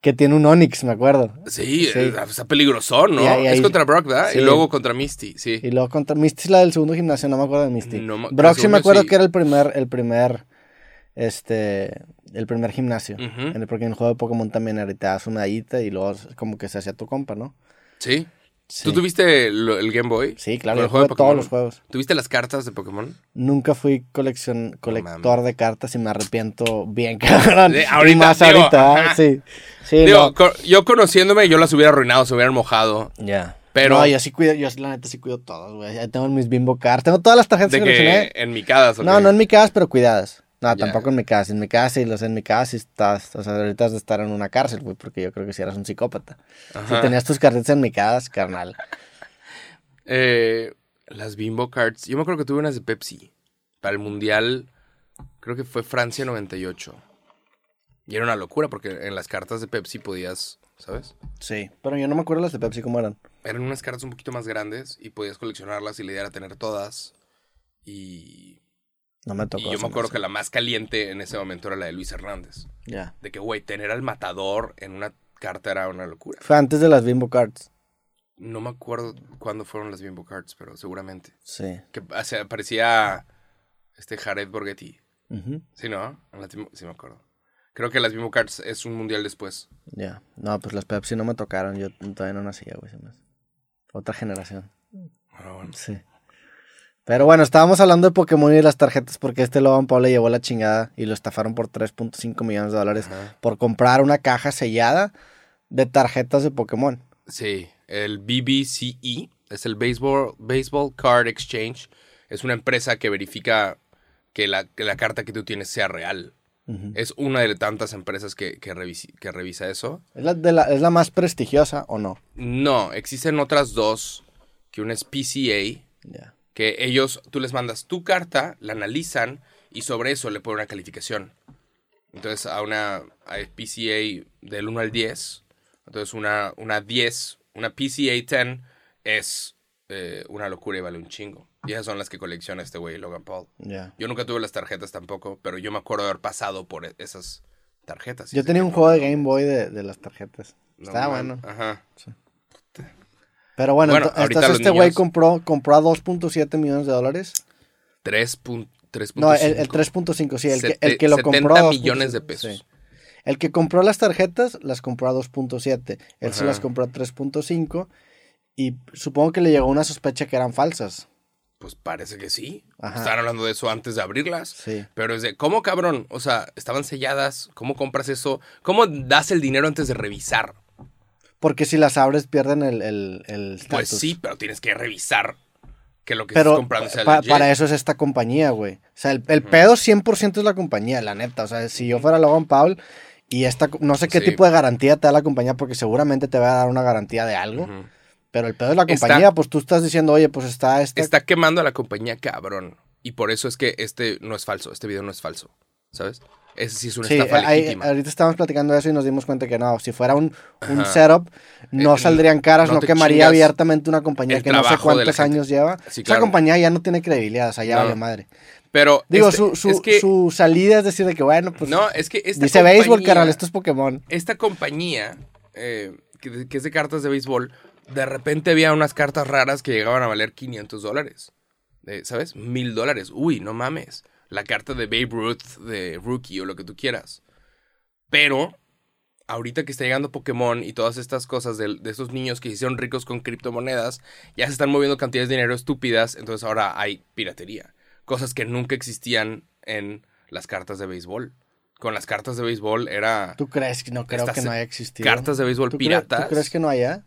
B: que tiene un Onix, me acuerdo.
A: Sí,
B: Sí.
A: eh, está peligrosón, ¿no?
B: Y ahí-
A: es
B: ahí-
A: contra Brock, ¿verdad?
B: sí.
A: Y luego contra Misty, sí.
B: Y luego contra Misty es la del segundo gimnasio, no me acuerdo de Misty.
A: No me- el
B: Brock sí
A: segundo
B: me acuerdo
A: sí.
B: que era el primer, el primer, este, el primer gimnasio.
A: Ujú.
B: En el- porque en el juego de Pokémon también ahorita te das su medallita y luego como que se hacía tu compa, ¿no?
A: Sí.
B: Sí.
A: ¿Tú tuviste lo- el Game Boy?
B: Sí, claro,
A: Con
B: yo
A: el juego de
B: jugué todos
A: Pokémon.
B: los juegos.
A: ¿Tuviste las cartas de Pokémon?
B: Nunca fui coleccion, colector
A: mames.
B: de cartas y me arrepiento bien, <laughs> cabrón.
A: De
B: Y
A: ahorita,
B: más
A: digo,
B: ahorita, ¿eh?
A: ajá.
B: sí. Sí,
A: Digo,
B: no.
A: co- yo conociéndome, yo las hubiera arruinado, se hubieran mojado.
B: Ya.
A: Pero-
B: No, yo sí cuido, yo la neta sí cuido todos, güey. Ya Tengo mis bimbo cards, tengo todas las tarjetas
A: De
B: que
A: que
B: coleccioné.
A: en mi casa. ¿o
B: No,
A: qué?
B: no en mi casa, pero cuidadas. No,
A: Ya.
B: tampoco en mi casa. En mi casa y los en mi casa y estás. O sea, ahorita has de estar en una cárcel, güey, porque yo creo que si eras un psicópata.
A: Ajá.
B: Si tenías tus cartetas en mi casa, carnal.
A: Eh, las Bimbo Cards. Yo me acuerdo que tuve unas de Pepsi. Para el Mundial, creo que fue Francia 98. Y era una locura porque en las cartas de Pepsi podías, ¿sabes?
B: Sí. Pero yo no me acuerdo las de Pepsi cómo eran.
A: Eran unas cartas un poquito más grandes y podías coleccionarlas y la idea era tener todas. Y,
B: No me
A: y
B: tocó.
A: yo me acuerdo que la más caliente en ese momento era la de Luis Hernández.
B: Ya.
A: De que, güey, tener al matador en una carta era una locura.
B: Fue antes de las bimbo cards.
A: No me acuerdo cuándo fueron las Bimbo Cards, pero seguramente.
B: Sí.
A: Que o sea, parecía este Jared Borghetti.
B: Ujú.
A: Sí, ¿no? En las Bimbo- sí, me acuerdo. Creo que las Bimbo Cards es un mundial después.
B: Ya. No, pues las Pepsi no me tocaron. Yo todavía no nacía, güey. se me hace. Otra generación.
A: Bueno, bueno.
B: Sí. Pero bueno, estábamos hablando de Pokémon y de las tarjetas porque este Loban Paul le llevó la chingada y lo estafaron por 3.5 millones de dólares
A: Ajá.
B: por comprar una caja sellada de tarjetas de Pokémon.
A: Sí, el BBCE E es el Baseball, Baseball Card Exchange. Es una empresa que verifica que la, que la carta que tú tienes sea real.
B: Ujú.
A: Es una de tantas empresas que, que revisi- que revisa eso.
B: ¿Es, la de la, ¿Es la más prestigiosa o no?
A: No, existen otras dos, que una es PCA,
B: Ya.
A: que ellos, tú les mandas tu carta, la analizan y sobre eso le ponen una calificación. Entonces a una a PCA del 1 al 10, entonces una, una 10, una PCA 10 es eh, una locura y vale un chingo. Y esas son las que colecciona este güey, Logan Paul.
B: Ya.
A: Yo nunca tuve las tarjetas tampoco, pero yo me acuerdo de haber pasado por e- esas tarjetas.
B: Yo tenía un juego de Game Boy de, de las tarjetas.
A: No
B: Estaba
A: man-
B: bueno.
A: Ajá.
B: Pero bueno,
A: Bueno,
B: ento-
A: ahorita
B: entonces
A: los
B: este güey
A: niños-
B: compró, compró a 2.7 millones de dólares.
A: 3.5.
B: No, el, el 3.5, sí, el que, el
A: Sete-
B: que lo
A: 70
B: compró. a
A: millones
B: 2.7,
A: de pesos.
B: sí. El que compró las tarjetas las compró a 2.7. Él se
A: Ajá.
B: las compró a 3.5. Y supongo que le llegó una sospecha que eran falsas.
A: Pues parece que sí.
B: Ajá.
A: Estaban hablando de eso antes de abrirlas.
B: Sí.
A: Pero es de, ¿cómo cabrón? O sea, estaban selladas. ¿Cómo compras eso? ¿Cómo das el dinero antes de revisar?
B: Porque si las abres pierden el el, el
A: Pues
B: status.
A: sí, pero tienes que revisar que lo que
B: Pero
A: estás comprando sea
B: pa-
A: legit.
B: para eso es esta compañía, güey. O sea, el, el pedo 100% es la compañía, la neta. O sea, si yo fuera Logan Paul y esta, co- no sé qué
A: Sí.
B: tipo de garantía te da la compañía, porque seguramente te va a dar una garantía de algo.
A: Ujú.
B: Pero el pedo es la
A: Está-
B: compañía, pues tú estás diciendo, oye, pues está esta.
A: Está quemando a la compañía, cabrón. Y por eso es que este no es falso. Este video no es falso. ¿Sabes? Ese sí es una
B: Sí, eh,
A: estafa
B: ahí-
A: legítima.
B: ahorita estábamos platicando de eso y nos dimos cuenta que no, si fuera un, un
A: Ajá.
B: setup, no
A: Eh,
B: saldrían caras,
A: no
B: no,
A: te
B: quemaría
A: chingas
B: abiertamente una compañía
A: el
B: que no sé
A: trabajo de la
B: cuántos
A: gente.
B: años lleva.
A: Sí,
B: Esa
A: claro.
B: compañía ya no tiene credibilidad, o sea, ya
A: No.
B: vale madre.
A: Pero.
B: Digo,
A: este-
B: su, su,
A: es que,
B: su salida es decir de que, bueno, pues
A: no, es que esta
B: dice béisbol,
A: compañía-
B: carnal, esto es Pokémon.
A: esta compañía, eh, que, que es de cartas de béisbol, de repente había unas cartas raras que llegaban a valer 500 dólares. Eh, ¿Sabes? Mil dólares. Uy, no mames. La carta de Babe Ruth, de Rookie o lo que tú quieras. Pero, ahorita que está llegando Pokémon y todas estas cosas del- de, estos niños que se hicieron ricos con criptomonedas, ya se están moviendo cantidades de dinero estúpidas, entonces ahora hay piratería. Cosas que nunca existían en las cartas de béisbol. Con las cartas de béisbol era...
B: ¿Tú crees que no creo
A: Estas
B: que no haya existido?
A: cartas de béisbol
B: ¿Tú cre-
A: piratas.
B: ¿Tú crees que no haya?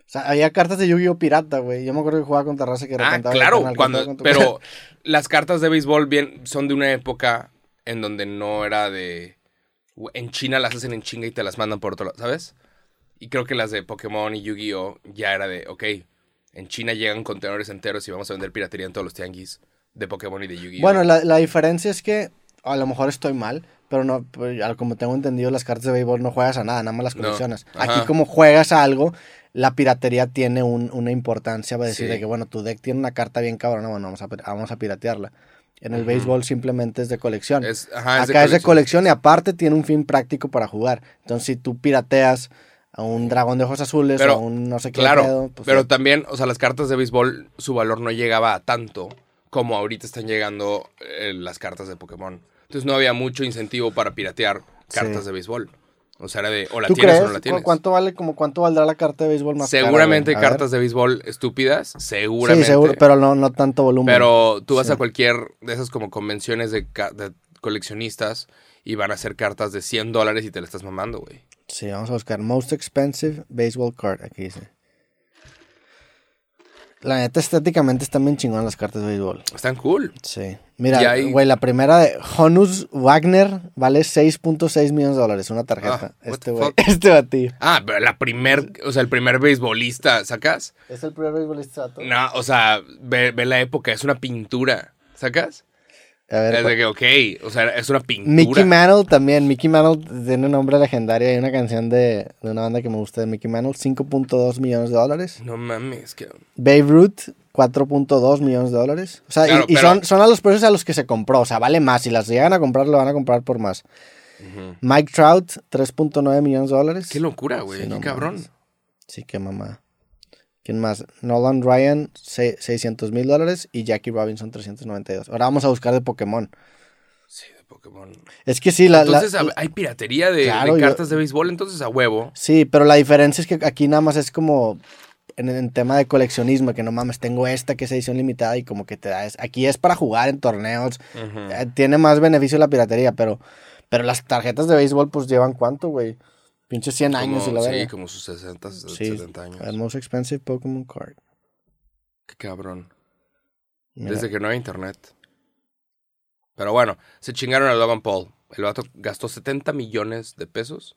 B: O sea, había cartas de Yu-Gi-Oh! pirata, güey. Yo me acuerdo que jugaba contra raza que de
A: Ah,
B: repente abría
A: claro,
B: canal, que
A: cuando-
B: jugaba contra-
A: pero <laughs> las cartas de béisbol bien, son de una época en donde no era de... En China las hacen en chinga y te las mandan por otro lado, ¿sabes? Y creo que las de Pokémon y Yu-Gi-Oh ya era de, ok, en China llegan contenedores enteros y vamos a vender piratería en todos los tianguis de Pokémon y de Yu-Gi-Oh.
B: Bueno, la, la diferencia es que a lo mejor estoy mal, pero no, pues, al- como tengo entendido, las cartas de béisbol no juegas a nada, nada más las
A: No,
B: coleccionas.
A: ajá.
B: Aquí, como juegas a algo, la piratería tiene un- una importancia para decir
A: Sí.
B: de que, bueno, tu deck tiene una carta bien cabrona, bueno, vamos a, pir- vamos a piratearla. En el
A: Ujú.
B: béisbol simplemente es de colección.
A: es, ajá, es de
B: Acá es de
A: colección.
B: colección y aparte tiene un fin práctico para jugar. Entonces, si tú pirateas a un dragón de ojos azules
A: Pero,
B: o a un no sé qué
A: Claro,
B: pedo, pues,
A: pero
B: ya.
A: también, o sea, las cartas de béisbol, su valor no llegaba a tanto como ahorita están llegando eh, las cartas de Pokémon. Entonces no había mucho incentivo para piratear cartas
B: Sí.
A: de béisbol. O sea, era de o la
B: ¿Tú
A: tienes
B: crees?
A: o no la tienes.
B: ¿Cu- ¿Cuánto vale, como cuánto valdrá la carta de béisbol más cara, güey?
A: Seguramente
B: A ver.
A: cartas de béisbol estúpidas, seguramente.
B: Sí, seguro,
A: pero,
B: pero no, no tanto volumen.
A: tú vas
B: Sí.
A: a cualquier de esas como convenciones de, ca- de coleccionistas y van a hacer cartas de 100 dólares y te la estás mamando, güey.
B: Sí, vamos a buscar Most Expensive Baseball Card, aquí dice. La neta, estéticamente están bien chingonas las cartas de béisbol.
A: Están cool.
B: Sí.
A: Y
B: Mira,
A: hay-
B: güey, la primera de Honus Wagner vale 6.6 millones de dólares, una tarjeta.
A: Ah, what
B: este
A: the
B: güey,
A: fuck?
B: este batillo.
A: Ah, pero la primer, o sea, el primer beisbolista, ¿sacas?
B: ¿Es el primer beisbolista? vato?
A: No, o sea, ve, ve la época, es una pintura, ¿sacas?
B: A ver,
A: Es
B: cu-
A: de que, ok, o sea, es una pintura.
B: Mickey Mantle también. Mickey Mantle tiene un nombre legendario. Hay una canción de, de una banda que me gusta de Mickey Mantle, 5.2 millones de dólares.
A: No mames, que...
B: Babe Ruth, 4.2 millones de dólares. O sea, y-
A: Claro,
B: y,
A: pero-
B: son, son a los precios a los que se compró. O sea, vale más. Si las llegan a comprar, lo van a comprar por más.
A: Ujú.
B: Mike Trout, 3.9 millones de dólares.
A: Qué locura, güey,
B: Sí,
A: qué
B: no
A: cabrón.
B: mames. Sí, qué mamá. ¿Quién más? Nolan Ryan, se- 600 mil dólares. Y Jackie Robinson, 392. Ahora vamos a buscar de Pokémon.
A: Sí, de Pokémon.
B: Es que sí, la... la-
A: Entonces, a- hay piratería de, de
B: Claro, yo-
A: cartas de béisbol, entonces a huevo.
B: Sí, pero la diferencia es que aquí nada más es como en, en tema de coleccionismo, que no mames, tengo esta que es edición limitada y como que te da... es- aquí es para jugar en torneos,
A: Ujú.
B: Eh, Tiene más beneficio la piratería, pero, pero las tarjetas de béisbol, pues llevan cuánto, güey. Pinche 100 años y la
A: Como- sí,
B: verdad.
A: como sus 60,
B: Sí,
A: 70 años.
B: El most expensive Pokémon card.
A: Qué cabrón.
B: Mira,
A: Desde que no hay internet. Pero bueno, se chingaron a Logan Paul. El vato gastó 70 millones de pesos.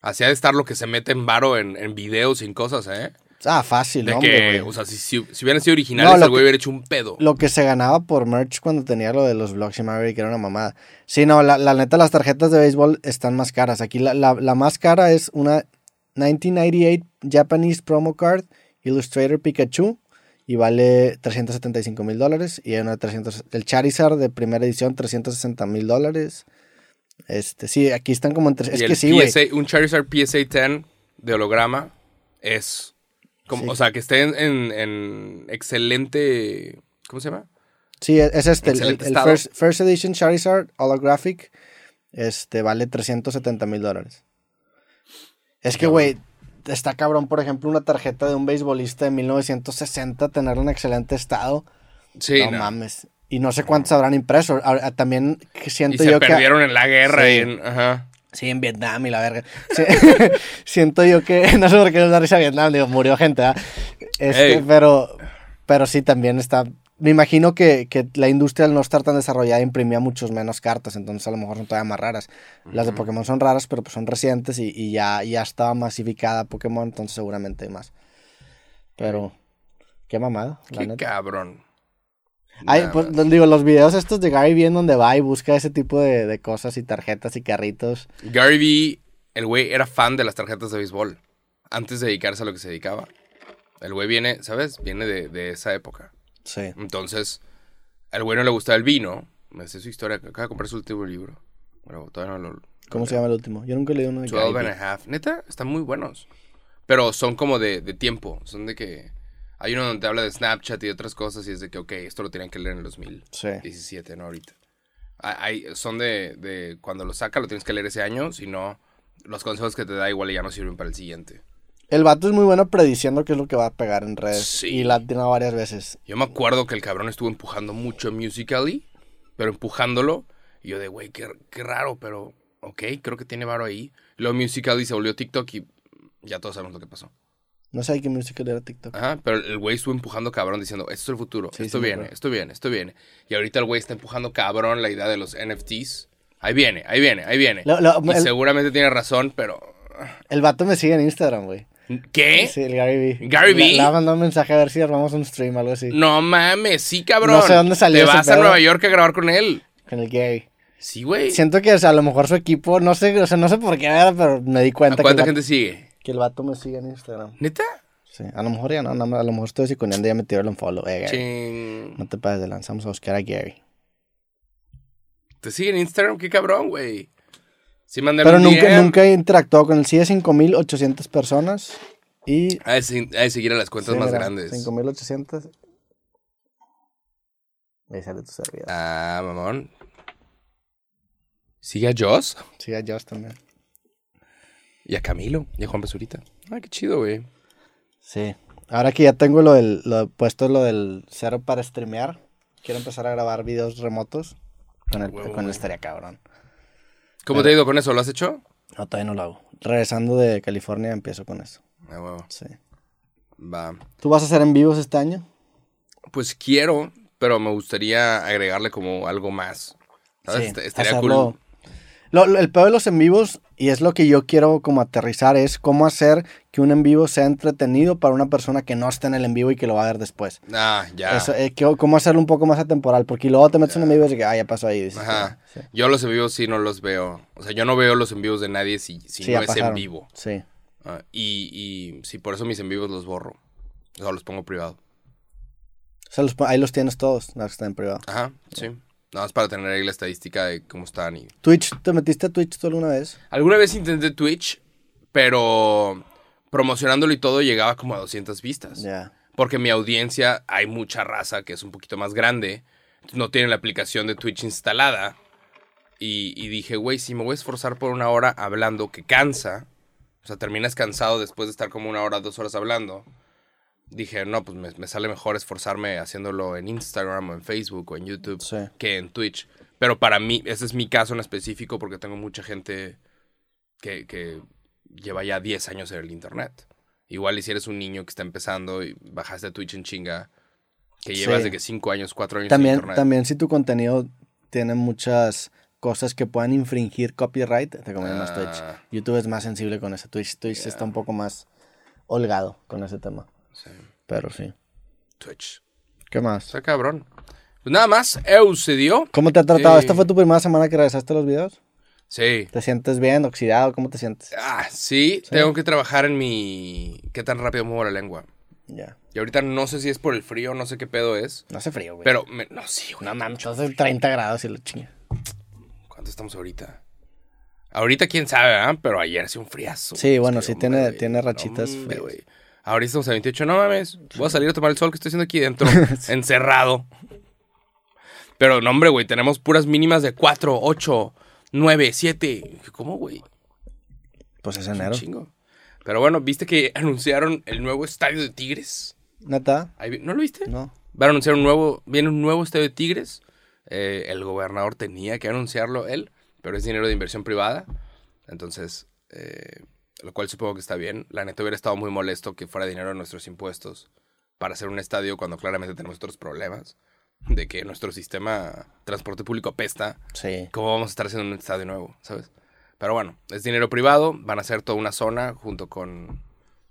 A: Hacía de estar lo que se mete en varo en, en videos y en cosas, ¿eh?
B: Ah, fácil,
A: De
B: no,
A: que,
B: hombre,
A: o
B: güey.
A: sea, si, si, si hubieran sido originales,
B: No, lo
A: el güey
B: que-
A: hubiera hecho un pedo.
B: Lo que se ganaba por merch cuando tenía lo de los blogs y Maverick era una mamada. Sí, no, la, la neta, las tarjetas de béisbol están más caras. Aquí la, la, la más cara es una 1998 Japanese Promo Card Illustrator Pikachu y vale 375 mil dólares. Y hay una de 300, el Charizard de primera edición, 360 mil dólares. Este, sí, aquí están como entre.
A: Y
B: Es
A: el
B: que sí, güey.
A: PSA un Charizard PSA 10 de holograma es. como-
B: Sí.
A: O sea, que esté en, en- en excelente. ¿Cómo se llama?
B: Sí, es- es este, el, el-
A: Excelente
B: el
A: estado.
B: first, first Edition Charizard Holographic, este, vale 370 mil dólares. Es que,
A: Cabrón.
B: güey, está cabrón, por ejemplo, una tarjeta de un beisbolista de 1960, tenerla en excelente estado
A: Sí,
B: no,
A: no.
B: mames. Y no sé cuántos habrán impreso. Ahora, También que
A: Y
B: siento
A: se
B: yo que...
A: perdieron en la guerra.
B: Sí.
A: y en- ajá.
B: Sí, en Vietnam y la verga. Sí, <laughs> siento yo que. <laughs> No sé por qué nos da risa Vietnam, digo, murió gente, ¿verdad? Este,
A: Ey.
B: pero, pero sí, también está. Me imagino que, que la industria al no estar tan desarrollada imprimía muchos menos cartas, entonces a lo mejor son todavía más raras. Las de Pokémon son raras, pero pues son recientes y, y ya, ya estaba masificada Pokémon, entonces seguramente hay más. Pero, qué mamada, la
A: Qué
B: neta.
A: cabrón.
B: Ay,
A: Nada.
B: pues, digo, los videos estos de Gary bien donde va y busca ese tipo de, de cosas y tarjetas y carritos.
A: Gary Vee, el güey era fan de las tarjetas de béisbol. Antes de dedicarse a lo que se dedicaba. El güey viene, ¿sabes? Viene de, de esa época.
B: Sí.
A: Entonces, al güey no le gustaba el vino. Me sé su historia. Acaba de comprar su último libro. Bueno, todavía no lo.
B: ¿Cómo se llama el último? Yo nunca leí uno de
A: 12
B: Gary
A: and
B: Vee.
A: a half. Neta, están muy buenos. Pero son como de, de tiempo. Son de que. Hay uno donde te habla de Snapchat y otras cosas. Y es de que, ok, esto lo tenían que leer en el
B: Sí.
A: 2017, no ahorita. Ah, hay- son de, de Cuando lo saca, lo tienes que leer ese año. Si no, los consejos que te da igual ya no sirven para el siguiente.
B: El vato es muy bueno prediciendo qué es lo que va a pegar en redes.
A: Sí.
B: Y la ha atinado varias veces.
A: Yo me acuerdo que el cabrón estuvo empujando mucho a Musical.ly, pero empujándolo. Y yo de, güey, qué, qué raro, pero ok, creo que tiene varo ahí. Luego Musical.ly se volvió TikTok y ya todos sabemos lo que pasó.
B: No sé qué música era TikTok.
A: Ajá, pero el güey estuvo empujando cabrón diciendo, esto es el futuro,
B: Sí,
A: esto
B: sí me
A: viene,
B: acuerdo.
A: esto viene, esto viene. Y ahorita el güey está empujando cabrón la idea de los NFTs. Ahí viene, ahí viene, ahí viene.
B: Lo- lo-
A: y
B: el-
A: seguramente tiene razón, pero...
B: El vato me sigue en Instagram, güey.
A: ¿Qué?
B: Sí, el Gary Vee.
A: ¿Eh? ¿Gary
B: Le-
A: Vee?
B: Le ha mandado un mensaje a ver si armamos un stream, algo así.
A: No mames, sí, cabrón.
B: No sé dónde salió
A: Te
B: ese
A: vas a
B: pedo.
A: Nueva York a grabar con él.
B: Con el Gary.
A: Sí, güey.
B: Siento que, o sea, a lo mejor su equipo, no sé, o sea, no sé por qué era, pero me di
A: ¿A
B: cuenta que el,
A: cuánta
B: vato,
A: gente sigue?
B: que el vato me sigue en Instagram.
A: ¿Neta?
B: Sí, a lo mejor ya no, nada más- a lo mejor estoy psiconeando y ya me tiró el unfollow. Eh, Gary.
A: Ching.
B: No te pases de lanzamos a buscar a Gary.
A: ¿Te sigue en Instagram? Qué cabrón, güey. Sí, mandé
B: Pero
A: un
B: nunca,
A: DM.
B: nunca he interactuado con él. Sí, es 5.800 personas y
A: Ha de se- ha de seguir a las cuentas
B: Sí,
A: más
B: mira,
A: grandes.
B: 5800. Ahí sale tu servidor.
A: Ah, mamón. ¿Sigue a Joss?
B: Sí, a Josh también.
A: Y a Camilo. Y a Juan Pazurita. Ah, qué chido, güey.
B: Sí. Ahora que ya tengo lo del lo, puesto lo del cero para streamear, quiero empezar a grabar videos remotos con el
A: Huevo,
B: con
A: güey.
B: el estaría cabrón.
A: ¿Cómo te ha ido con eso? ¿Lo has hecho?
B: No, todavía no lo hago. Regresando de California empiezo con eso.
A: Ah, huevo.
B: Sí.
A: Va.
B: ¿Tú vas a hacer en vivos este año?
A: Pues quiero, pero me gustaría agregarle como algo más. ¿Sabes? Est- Ah, este, Estaría
B: hacerlo-
A: cool.
B: Lo- lo- el peor de los en vivos, y es lo que yo quiero como aterrizar, es cómo hacer que un en vivo sea entretenido para una persona que no está en el en vivo y que lo va a ver después.
A: Ah, ya.
B: Eso, eh, que- cómo hacerlo un poco más atemporal, porque luego te metes en un en vivo y dices, que, ah, ya pasó ahí. dices,
A: Ajá.
B: "Ah, sí".
A: Yo los en vivos sí no los veo. O sea, yo no veo los en vivos de nadie si, si
B: Sí,
A: no
B: ya
A: es en
B: pasaron.
A: vivo.
B: Sí.
A: Ah, y, y sí, por eso mis en vivos los borro. O sea, los pongo privado.
B: O sea, los pon- ahí los tienes todos, los que están en privado.
A: Ajá, sí. Nada más para tener ahí la estadística de cómo están y
B: Twitch, ¿te metiste a Twitch tú alguna vez?
A: Alguna vez intenté Twitch, pero promocionándolo y todo llegaba como a 200 vistas.
B: Ya.
A: Porque en mi audiencia hay mucha raza que es un poquito más grande. No tienen la aplicación de Twitch instalada. Y, y dije, güey, si me voy a esforzar por una hora hablando que cansa, o sea, terminas cansado después de estar como una hora, dos horas hablando. Dije, no, pues me, me sale mejor esforzarme haciéndolo en Instagram o en Facebook o en YouTube
B: Sí.
A: que en Twitch. Pero para mí, ese es mi caso en específico porque tengo mucha gente que, que lleva ya 10 años en el Internet. Igual y si eres un niño que está empezando y bajaste a Twitch en chinga, que
B: Sí.
A: llevas de que 5 años, 4 años en
B: También,
A: Internet.
B: también si tu contenido tiene muchas cosas que puedan infringir copyright, te recomiendo más Twitch.
A: Ah.
B: YouTube es más sensible con eso. Twitch, Twitch está un poco más holgado con ese tema.
A: Sí,
B: Pero sí.
A: Twitch.
B: ¿Qué más?
A: Está cabrón. Pues nada más, EU se dio.
B: ¿Cómo te ha tratado?
A: Eh.
B: ¿Esta fue tu primera semana que regresaste a los videos?
A: Sí.
B: ¿Te sientes bien, oxidado? ¿Cómo te sientes?
A: Ah, sí, tengo que trabajar en mi... ¿Qué tan rápido muevo la lengua?
B: Ya.
A: Y ahorita no sé si es por el frío, no sé qué pedo es.
B: No hace frío, güey.
A: Pero, me- no, sí, güey.
B: No mames, estás en 30 grados y lo chinga.
A: ¿Cuánto estamos ahorita? Ahorita quién sabe, ¿verdad? Pero ayer sí un friazo.
B: Sí, bueno,
A: Es que,
B: sí
A: hombre,
B: tiene-
A: güey,
B: tiene rachitas
A: hombre,
B: frías.
A: güey. Ahorita estamos a 28, no mames. Voy a salir a tomar el sol que estoy haciendo aquí
B: <laughs>
A: dentro, encerrado. Pero no, hombre, güey, tenemos puras mínimas de 4, 8, 9, 7. ¿Cómo, güey?
B: Pues es
A: Es un
B: enero.
A: Chingo. <laughs> Pero bueno, ¿viste que anunciaron el nuevo estadio de Tigres?
B: ¿Neta?
A: Ahí vi- ¿No lo viste?
B: No.
A: Va a anunciar un nuevo, viene un nuevo estadio de Tigres. Eh, el gobernador tenía que anunciarlo él, pero es dinero de inversión privada. Entonces, eh, lo cual supongo que está bien. La neta hubiera estado muy molesto que fuera dinero de nuestros impuestos para hacer un estadio cuando claramente tenemos otros problemas. De que nuestro sistema transporte público pesta.
B: Sí.
A: ¿Cómo vamos a estar haciendo un estadio nuevo? ¿Sabes? Pero bueno, es dinero privado. Van a hacer toda una zona junto con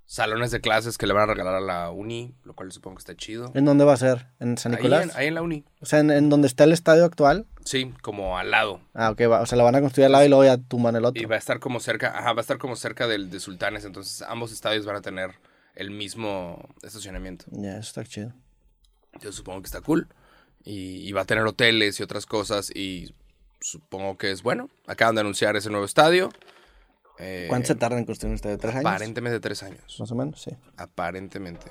A: salones de clases que le van a regalar a la uni, lo cual supongo que está chido.
B: ¿En dónde va a ser? ¿En San
A: Ahí
B: Nicolás?
A: en, ahí en la uni.
B: O sea, en, en donde está el estadio actual.
A: Sí, como al lado.
B: Ah, ok, va. O sea, la van a construir al lado y luego ya tumban el
A: Y
B: otro.
A: va a estar como cerca, ajá, va a estar como cerca del de Sultanes, entonces ambos estadios van a tener el mismo estacionamiento.
B: Ya, eso está chido.
A: Yo supongo que está cool. Y, y va a tener hoteles y otras cosas y supongo que es bueno. Acaban de anunciar ese nuevo estadio. Eh,
B: ¿Cuánto se tarda en construir un estadio? ¿Tres años?
A: Aparentemente tres años.
B: Más o menos, sí.
A: Aparentemente.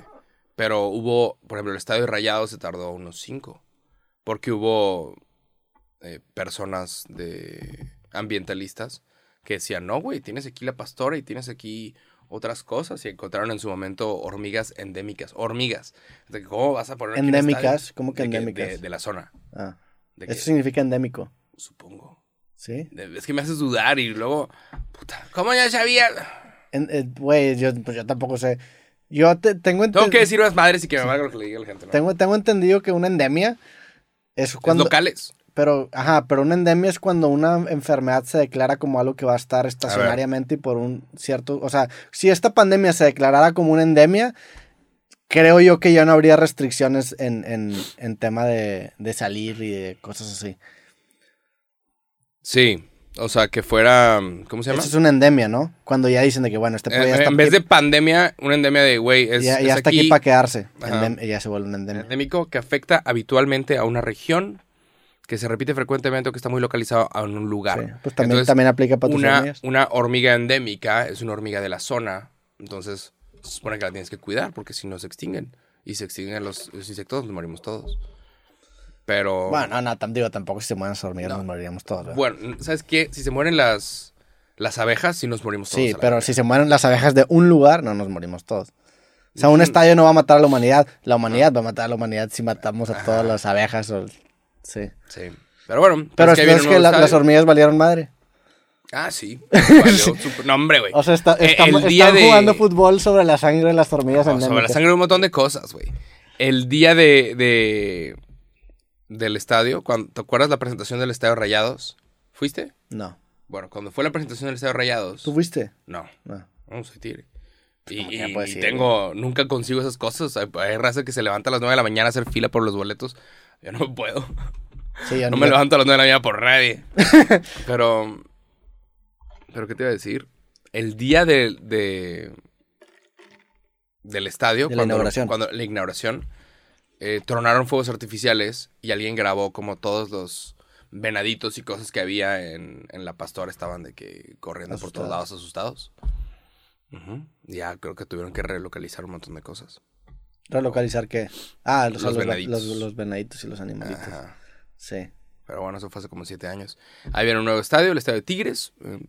A: Pero hubo, por ejemplo, el estadio de Rayado se tardó unos cinco. Porque hubo eh, personas de ambientalistas que decían, no, güey, tienes aquí la pastora y tienes aquí otras cosas. Y encontraron en su momento hormigas endémicas. Hormigas. De que, ¿Cómo vas a poner aquí un
B: Endémicas,
A: estadio?
B: ¿cómo que
A: De
B: endémicas?
A: de, de la zona.
B: Ah.
A: De que-
B: Eso significa endémico,
A: Supongo.
B: ¿sí?
A: De- Es que me haces dudar y luego, puta, ¿cómo ya sabía?
B: En- eh, Güey, yo, pues yo tampoco sé. Yo te- tengo, ente-
A: Tengo que decir unas madres y que me valga lo que le diga la gente. ¿no?
B: tengo, tengo entendido que una endemia es
A: Es
B: cuando...
A: locales.
B: Pero, ajá, pero una endemia es cuando una enfermedad se declara como algo que va a estar estacionariamente y por un cierto... O sea, si esta pandemia se declarara como una endemia, creo yo que ya no habría restricciones en, en, en tema de, de salir y de cosas así.
A: Sí, o sea, que fuera, ¿cómo se llama?
B: Eso es una endemia, ¿no? Cuando ya dicen de que, bueno, este
A: Eh,
B: pueblo ya está
A: en vez
B: aquí,
A: de pandemia, una endemia de, güey, es,
B: ya,
A: es
B: ya está aquí,
A: aquí,
B: para quedarse.
A: Ajá.
B: Endem- ya se vuelve una endemia.
A: endémico que afecta habitualmente a una región, que se repite frecuentemente o que está muy localizado en un lugar.
B: Sí, Pues también,
A: Entonces,
B: también aplica para tus
A: una,
B: hormigas.
A: una hormiga endémica es una hormiga de la zona, entonces se supone que la tienes que cuidar porque si no se extinguen. Y se extinguen los, los insectos, nos morimos todos. Pero...
B: Bueno, no, no, tam- digo, tampoco si se mueran las hormigas
A: No.
B: nos moriríamos todos. ¿verdad?
A: bueno, ¿sabes qué? Si se mueren las, las abejas, sí nos morimos todos.
B: sí,
A: a la
B: pero
A: verga.
B: si se mueren las abejas de un lugar, no nos morimos todos. O sea, un estadio no va a matar a la humanidad. La humanidad va a matar a la humanidad si matamos a todas las abejas. o- Sí.
A: Sí. Pero bueno. pues
B: Pero
A: es que
B: es que,
A: viene un nuevo
B: la- las
A: estadio.
B: hormigas valieron madre.
A: Ah,
B: <laughs>
A: sí. Valió super- No, hombre, güey.
B: O sea, está-
A: Eh,
B: estamos-
A: el
B: están
A: día de-
B: jugando fútbol sobre la sangre de las hormigas
A: No, sobre la
B: endémicas.
A: sangre de un montón de cosas, güey. El día de, de- del estadio, cuando, ¿te acuerdas la presentación del Estadio Rayados? ¿Fuiste?
B: No.
A: Bueno, cuando fue la presentación del Estadio Rayados.
B: ¿Tú fuiste?
A: No,
B: No.
A: no soy tigre. Y,
B: ¿cómo que no
A: y-
B: puedes
A: y
B: ir,
A: tengo, nunca consigo esas cosas. Hay, hay raza que se levanta a las 9 de la mañana a hacer fila por los boletos. Yo no puedo.
B: Sí, yo
A: No
B: ni-
A: me levanto a las 9 de la mañana por
B: <laughs>
A: nadie. Pero. Pero, ¿qué te iba a decir? El día de. de- del estadio.
B: De la
A: cuando,
B: inauguración.
A: Cuando la inauguración. eh, tronaron fuegos artificiales y alguien grabó como todos los venaditos y cosas que había en, en la pastora estaban de que corriendo por todos
B: Asustados.
A: lados asustados. Ujú. Ya creo que tuvieron que relocalizar un montón de cosas.
B: ¿Relocalizar qué? Ah, los,
A: Los
B: los, los-
A: venaditos.
B: los- los venaditos y los animalitos.
A: Ajá.
B: Sí.
A: Pero bueno, eso fue hace como siete años. Ahí viene un nuevo estadio, el estadio de Tigres. Eh,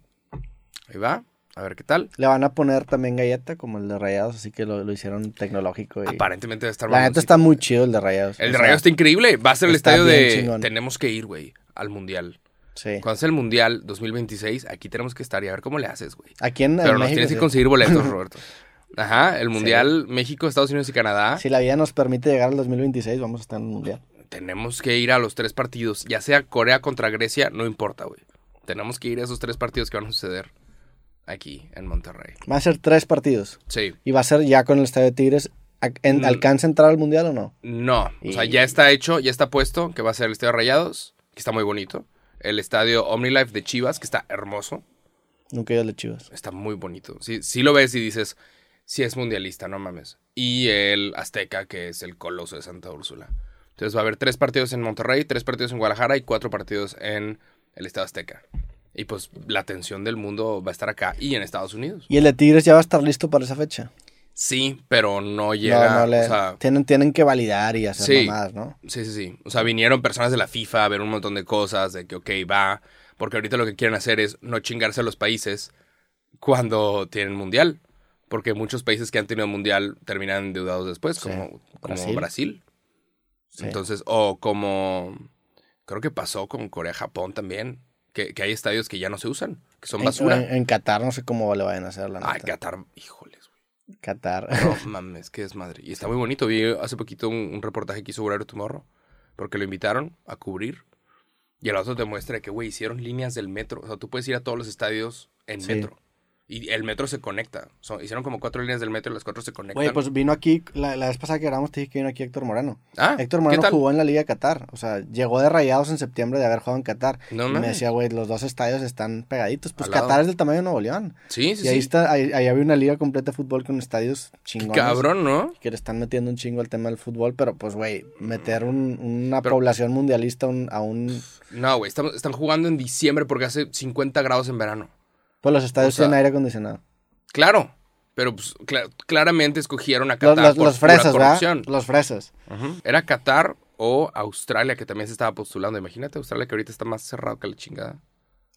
A: Ahí va, a ver qué tal.
B: Le van a poner también galleta como el de Rayados, así que lo, lo hicieron tecnológico. Y...
A: Aparentemente debe estar
B: La neta
A: mamoncito.
B: está muy chido el de Rayados.
A: El
B: O
A: de
B: sea,
A: Rayados está increíble. Va a ser el
B: está
A: estadio
B: bien
A: de.
B: chingón.
A: Tenemos que ir, güey, al mundial.
B: Sí.
A: Cuando sea el mundial 2026, aquí tenemos que estar y a ver cómo le haces, güey.
B: Aquí en, en
A: Pero nos
B: México.
A: tienes que
B: sí.
A: conseguir
B: <laughs>
A: boletos, Roberto. Ajá, el mundial México, Estados Unidos y Canadá.
B: Si la vida nos permite llegar al 2026, vamos a estar en el mundial.
A: Tenemos que ir a los tres partidos, ya sea Corea contra Grecia, no importa, güey. Tenemos que ir a esos tres partidos que van a suceder aquí en Monterrey.
B: Va a ser tres partidos.
A: Sí.
B: Y va a ser ya con el Estadio de Tigres. ¿A- en-
A: Mm.
B: ¿Alcanza a entrar al mundial o no?
A: No, o sea,
B: Y-
A: ya está hecho, ya está puesto, que va a ser el Estadio Rayados, que está muy bonito. El Estadio OmniLife de Chivas, que está hermoso,
B: Nunca yo le chivas.
A: está muy bonito. Sí, sí lo ves y dices, sí es mundialista, no mames. Y el Azteca, que es el Coloso de Santa Úrsula. Entonces va a haber tres partidos en Monterrey, tres partidos en Guadalajara y cuatro partidos en el Estado Azteca. Y pues la atención del mundo va a estar acá y en Estados Unidos.
B: Y el de Tigres ya va a estar listo para esa fecha.
A: Sí, pero no
B: No,
A: llega.
B: no le-
A: o sea,
B: tienen, tienen que validar y hacer
A: Sí.
B: mamadas, ¿no?
A: Sí, sí, sí. O sea, vinieron personas de la FIFA a ver un montón de cosas, de que, ok, va. Porque ahorita lo que quieren hacer es no chingarse a los países cuando tienen mundial. Porque muchos países que han tenido mundial terminan endeudados después, como, como Brasil.
B: Brasil. Sí.
A: Entonces, o como creo que pasó con Corea-Japón también, que, que hay estadios que ya no se usan, que son
B: En-
A: basura.
B: En, en Qatar no sé cómo le vayan a hacer la neta.
A: Ay, Qatar, híjoles, güey.
B: Qatar. <laughs>
A: No mames, qué desmadre. Y está muy bonito. Vi hace poquito un, un reportaje que hizo Horario Tomorrow, porque lo invitaron a cubrir. Y el otro te muestra que, güey, hicieron líneas del metro. O sea, tú puedes ir a todos los estadios en
B: Sí.
A: metro. Y el metro se conecta. Son- hicieron como cuatro líneas del metro y las cuatro se conectan.
B: Güey, pues vino aquí, la, la vez pasada que grabamos te dije que vino aquí Héctor Moreno.
A: ah,
B: Héctor
A: ¿qué
B: Moreno
A: tal?
B: jugó en la Liga de Qatar. O sea, llegó de rayados en septiembre de haber jugado en Qatar.
A: No
B: y me
A: mames.
B: decía, güey, los dos estadios están pegaditos. Pues
A: Al lado.
B: Qatar es del tamaño de Nuevo León.
A: Sí, sí,
B: y ahí
A: sí.
B: está, ahí, ahí había una liga completa de fútbol con estadios chingones.
A: Cabrón, ¿no?
B: Que le están metiendo un chingo al tema del fútbol, pero pues, güey, meter un- una
A: Pero-
B: población mundialista un- a un.
A: No, güey, estamos- están jugando en diciembre porque hace 50 grados en verano.
B: Pues los estadios
A: O sea,
B: tienen aire acondicionado.
A: Claro, pero pues, cla- claramente escogieron a
B: Los,
A: Qatar
B: los-
A: por
B: los
A: pura
B: fresas, ¿verdad?
A: corrupción.
B: Los fresas.
A: Ujú. Era Qatar o Australia, que también se estaba postulando. Imagínate Australia, que ahorita está más cerrado que la chingada.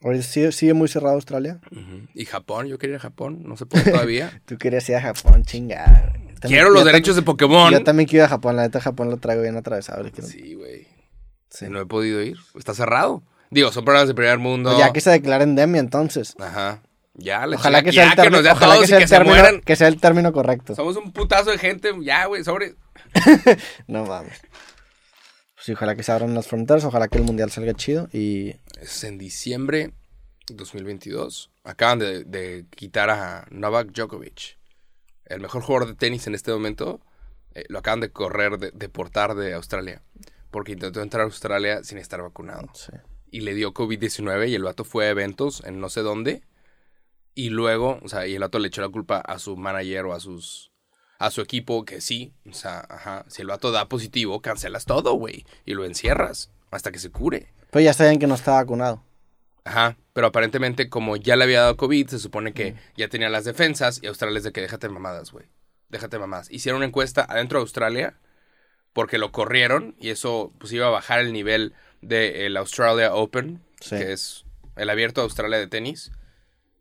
B: Ahorita sigue, sigue muy cerrado Australia.
A: Y Japón, yo quería ir a Japón, no se puede todavía.
B: Tú querías ir a Japón, chingada.
A: Quiero los derechos de Pokémon.
B: Yo también quiero ir a Japón, la neta Japón lo traigo bien atravesado. le quiero-
A: Sí, güey.
B: sí.
A: No he podido ir. Está cerrado. Digo, son problemas de primer mundo.
B: Pues Ya que se declaren endemia entonces.
A: Ajá. Ya, la
B: Ojalá
A: chingada,
B: que sea,
A: ya
B: el, término,
A: nos dé a
B: ojalá que
A: todos y
B: sea el
A: que se
B: término-
A: mueran.
B: que sea el término correcto.
A: Somos un putazo de gente. Ya, güey, sobre.
B: No mames. Pues sí, ojalá que se abran las fronteras, ojalá que el mundial salga chido y
A: Es en diciembre 2022. Acaban de, de quitar a Novak Djokovic, el mejor jugador de tenis en este momento. eh, lo acaban de correr, de, deportar de Australia, porque intentó entrar a Australia sin estar vacunado.
B: sí.
A: Y le dio COVID-19 y el vato fue a eventos en no sé dónde. Y luego, o sea, y el vato le echó la culpa a su manager o a sus... A su equipo, que sí, o sea, ajá, si el vato da positivo, cancelas todo, güey, y lo encierras hasta que se cure.
B: Pero Pues ya sabían que no estaba vacunado.
A: Ajá, pero aparentemente como ya le había dado COVID, se supone que ya tenía las defensas y Australia es de que déjate mamadas, güey. Déjate mamadas. Hicieron una encuesta adentro de Australia porque lo corrieron y eso pues iba a bajar el nivel del Australia Open,
B: Sí.
A: que es el abierto de Australia de tenis.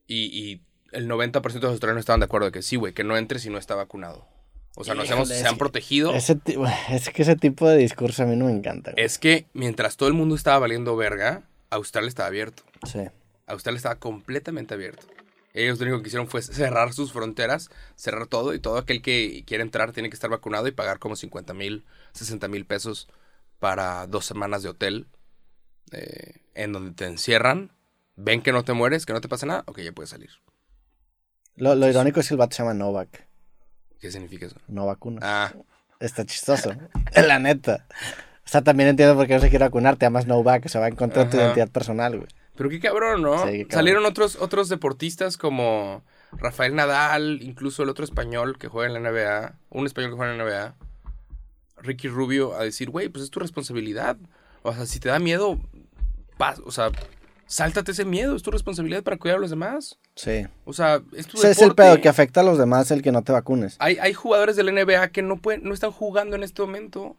A: Y, y el 90% de los australianos estaban de acuerdo de que sí, güey, que no entre si no está vacunado. O sea, nos hemos,
B: Híjole,
A: se
B: es
A: han
B: que-
A: protegido.
B: Ese ti- <laughs> es que ese tipo de discurso a mí no me encanta. güey.
A: Es que mientras todo el mundo estaba valiendo verga, Australia estaba abierto.
B: Sí.
A: Australia estaba completamente abierto. Ellos lo único que hicieron fue cerrar sus fronteras, cerrar todo y todo aquel que quiere entrar tiene que estar vacunado y pagar como 50 mil, 60 mil pesos para dos semanas de hotel eh, en donde te encierran, ven que no te mueres, que no te pasa nada, ok, ya puedes salir.
B: Lo, lo irónico es que el vato se llama Novak.
A: ¿Qué significa eso?
B: No vacuna.
A: Ah,
B: Está chistoso. <laughs> la neta. O sea, también entiendo por qué no se quiere vacunar. Te llamas Novak. Se va en contra de tu
A: Ajá.
B: identidad personal, güey.
A: pero qué cabrón, ¿no?
B: Sí, qué cabrón.
A: Salieron otros, otros deportistas como Rafael Nadal, incluso el otro español que juega en la NBA, un español que juega en la NBA. Ricky Rubio a decir, güey, pues es tu responsabilidad. O sea, si te da miedo, pas- o sea, sáltate ese miedo, es tu responsabilidad para cuidar a los demás.
B: Sí.
A: O sea, es tu
B: Ese es el
A: deporte.
B: pedo que afecta a los demás el que no te vacunes.
A: hay, hay jugadores del NBA que no pueden, no están jugando en este momento.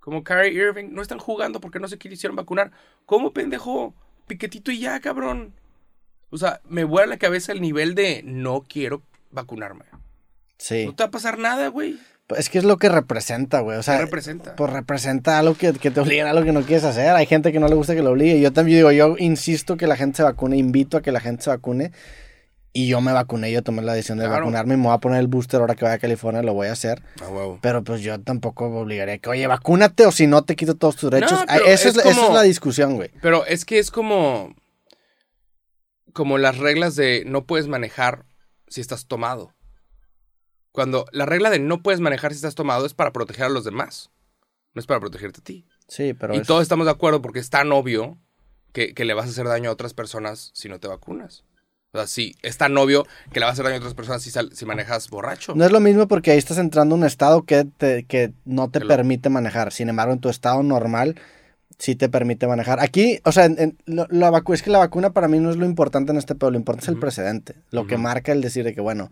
A: Como Kyrie Irving, no están jugando porque no se quisieron vacunar. ¿Cómo, pendejo? Piquetito y ya, cabrón. O sea, me vuela la cabeza el nivel de no quiero vacunarme.
B: Sí.
A: No te va a pasar nada, güey.
B: Pues Es que es lo que representa, güey. O
A: ¿Qué
B: sea,
A: representa?
B: pues representa algo que, que te obligan a algo que no quieres hacer. Hay gente que no le gusta que lo obligue. Yo también digo, yo insisto que la gente se vacune, invito a que la gente se vacune. Y yo me vacuné, yo tomé la decisión de
A: Claro.
B: vacunarme. Me voy a poner el booster ahora que vaya a California, lo voy a hacer.
A: A huevo.
B: Pero pues yo tampoco obligaría que, oye, vacúnate o si no te quito todos tus derechos. Ah,
A: pero
B: eso,
A: es
B: es, la- eso
A: como-
B: es la discusión, güey.
A: Pero es que es como. Como las reglas de no puedes manejar si estás tomado. Cuando la regla de no puedes manejar si estás tomado es para proteger a los demás. No es para protegerte a ti.
B: Sí, pero
A: y
B: es-
A: todos estamos de acuerdo porque es tan obvio que, que le vas a hacer daño a otras personas si no te vacunas. O sea, sí, es tan obvio que le vas a hacer daño a otras personas si, sal- si manejas borracho.
B: no es lo mismo porque ahí estás entrando a un estado que, te- que no te
A: Que lo-
B: permite manejar. Sin embargo, en tu estado normal sí te permite manejar. Aquí, o sea, en- en- lo- la vacu- es que la vacuna para mí no es lo importante en este pedo, lo importante es el
A: Ujú.
B: precedente. Lo que
A: Ujú.
B: marca el decir de que, bueno,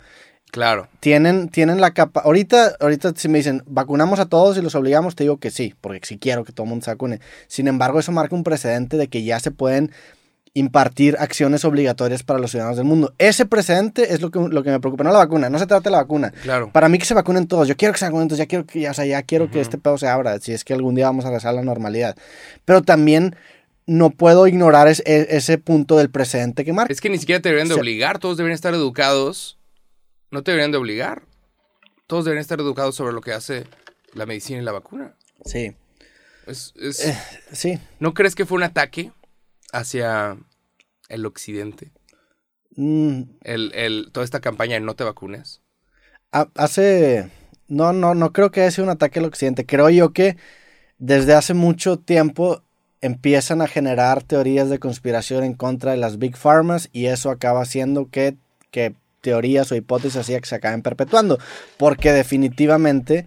A: Claro.
B: tienen, tienen la capa. Ahorita, ahorita si me dicen, vacunamos a todos y los obligamos, te digo que sí, porque sí quiero que todo el mundo se vacune. Sin embargo, eso marca un precedente de que ya se pueden impartir acciones obligatorias para los ciudadanos del mundo. Ese precedente es lo que, lo que me preocupa, no la vacuna, no se trata de la vacuna.
A: Claro.
B: Para mí que se vacunen todos, yo quiero que se vacunen todos, ya quiero que, ya, o sea, ya quiero que este pedo se abra, si es que algún día vamos a regresar a la normalidad. Pero también no puedo ignorar es- e- ese punto del precedente que marca.
A: Es que ni siquiera te deberían de
B: Se-
A: obligar, todos deberían estar educados. No te deberían de obligar. Todos deberían estar educados sobre lo que hace la medicina y la vacuna.
B: Sí,
A: Es- es-
B: Eh. sí.
A: ¿No crees que fue un ataque hacia el occidente?
B: Mm,
A: El, el- toda esta campaña de no te vacunes.
B: Ha- Hace. No, no, no creo que haya sido un ataque al occidente. Creo yo que desde hace mucho tiempo empiezan a generar teorías de conspiración en contra de las Big Pharmas y eso acaba haciendo que, que teorías o hipótesis así que se acaben perpetuando. Porque definitivamente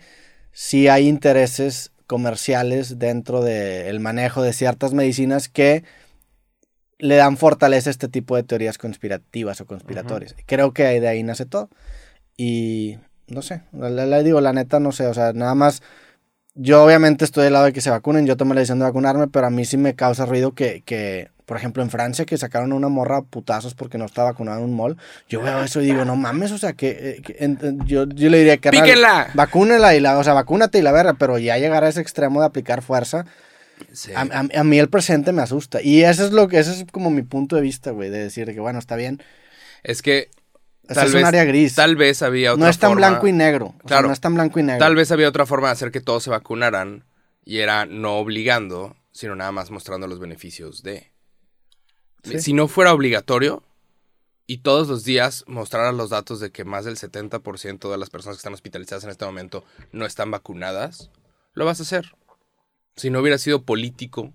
B: sí hay intereses comerciales dentro del manejo de ciertas medicinas que le dan fortaleza a este tipo de teorías conspirativas o conspiratorias. Creo que de ahí nace todo. Y no sé, le, le digo, la neta, no sé, o sea, nada más. Yo obviamente estoy del lado de que se vacunen, yo tomé la decisión de vacunarme, pero a mí sí me causa ruido que, que, por ejemplo, en Francia, que sacaron a una morra a putazos porque no estaba vacunada en un mall, yo veo eso y digo, no mames, o sea, que, eh, que- en- en- yo, yo le diría que...
A: ¡Píquenla!
B: Vacúnela y la, o sea, vacúnate y la verga, pero ya llegar a ese extremo de aplicar fuerza,
A: Sí.
B: a, a- a mí el presente me asusta. Y ese es lo que, ese es como mi punto de vista, güey, de decir que bueno, está bien.
A: Es que
B: Ese
A: tal
B: es
A: vez,
B: un área gris.
A: tal vez había otra
B: no es tan
A: forma-
B: blanco y negro. O sea,
A: Claro.
B: no es tan blanco y negro.
A: Tal vez había otra forma de hacer que todos se vacunaran y era no obligando, sino nada más mostrando los beneficios de.
B: Sí.
A: Si no fuera obligatorio y todos los días mostraran los datos de que más del 70% de las personas que están hospitalizadas en este momento no están vacunadas, lo vas a hacer. Si no hubiera sido político,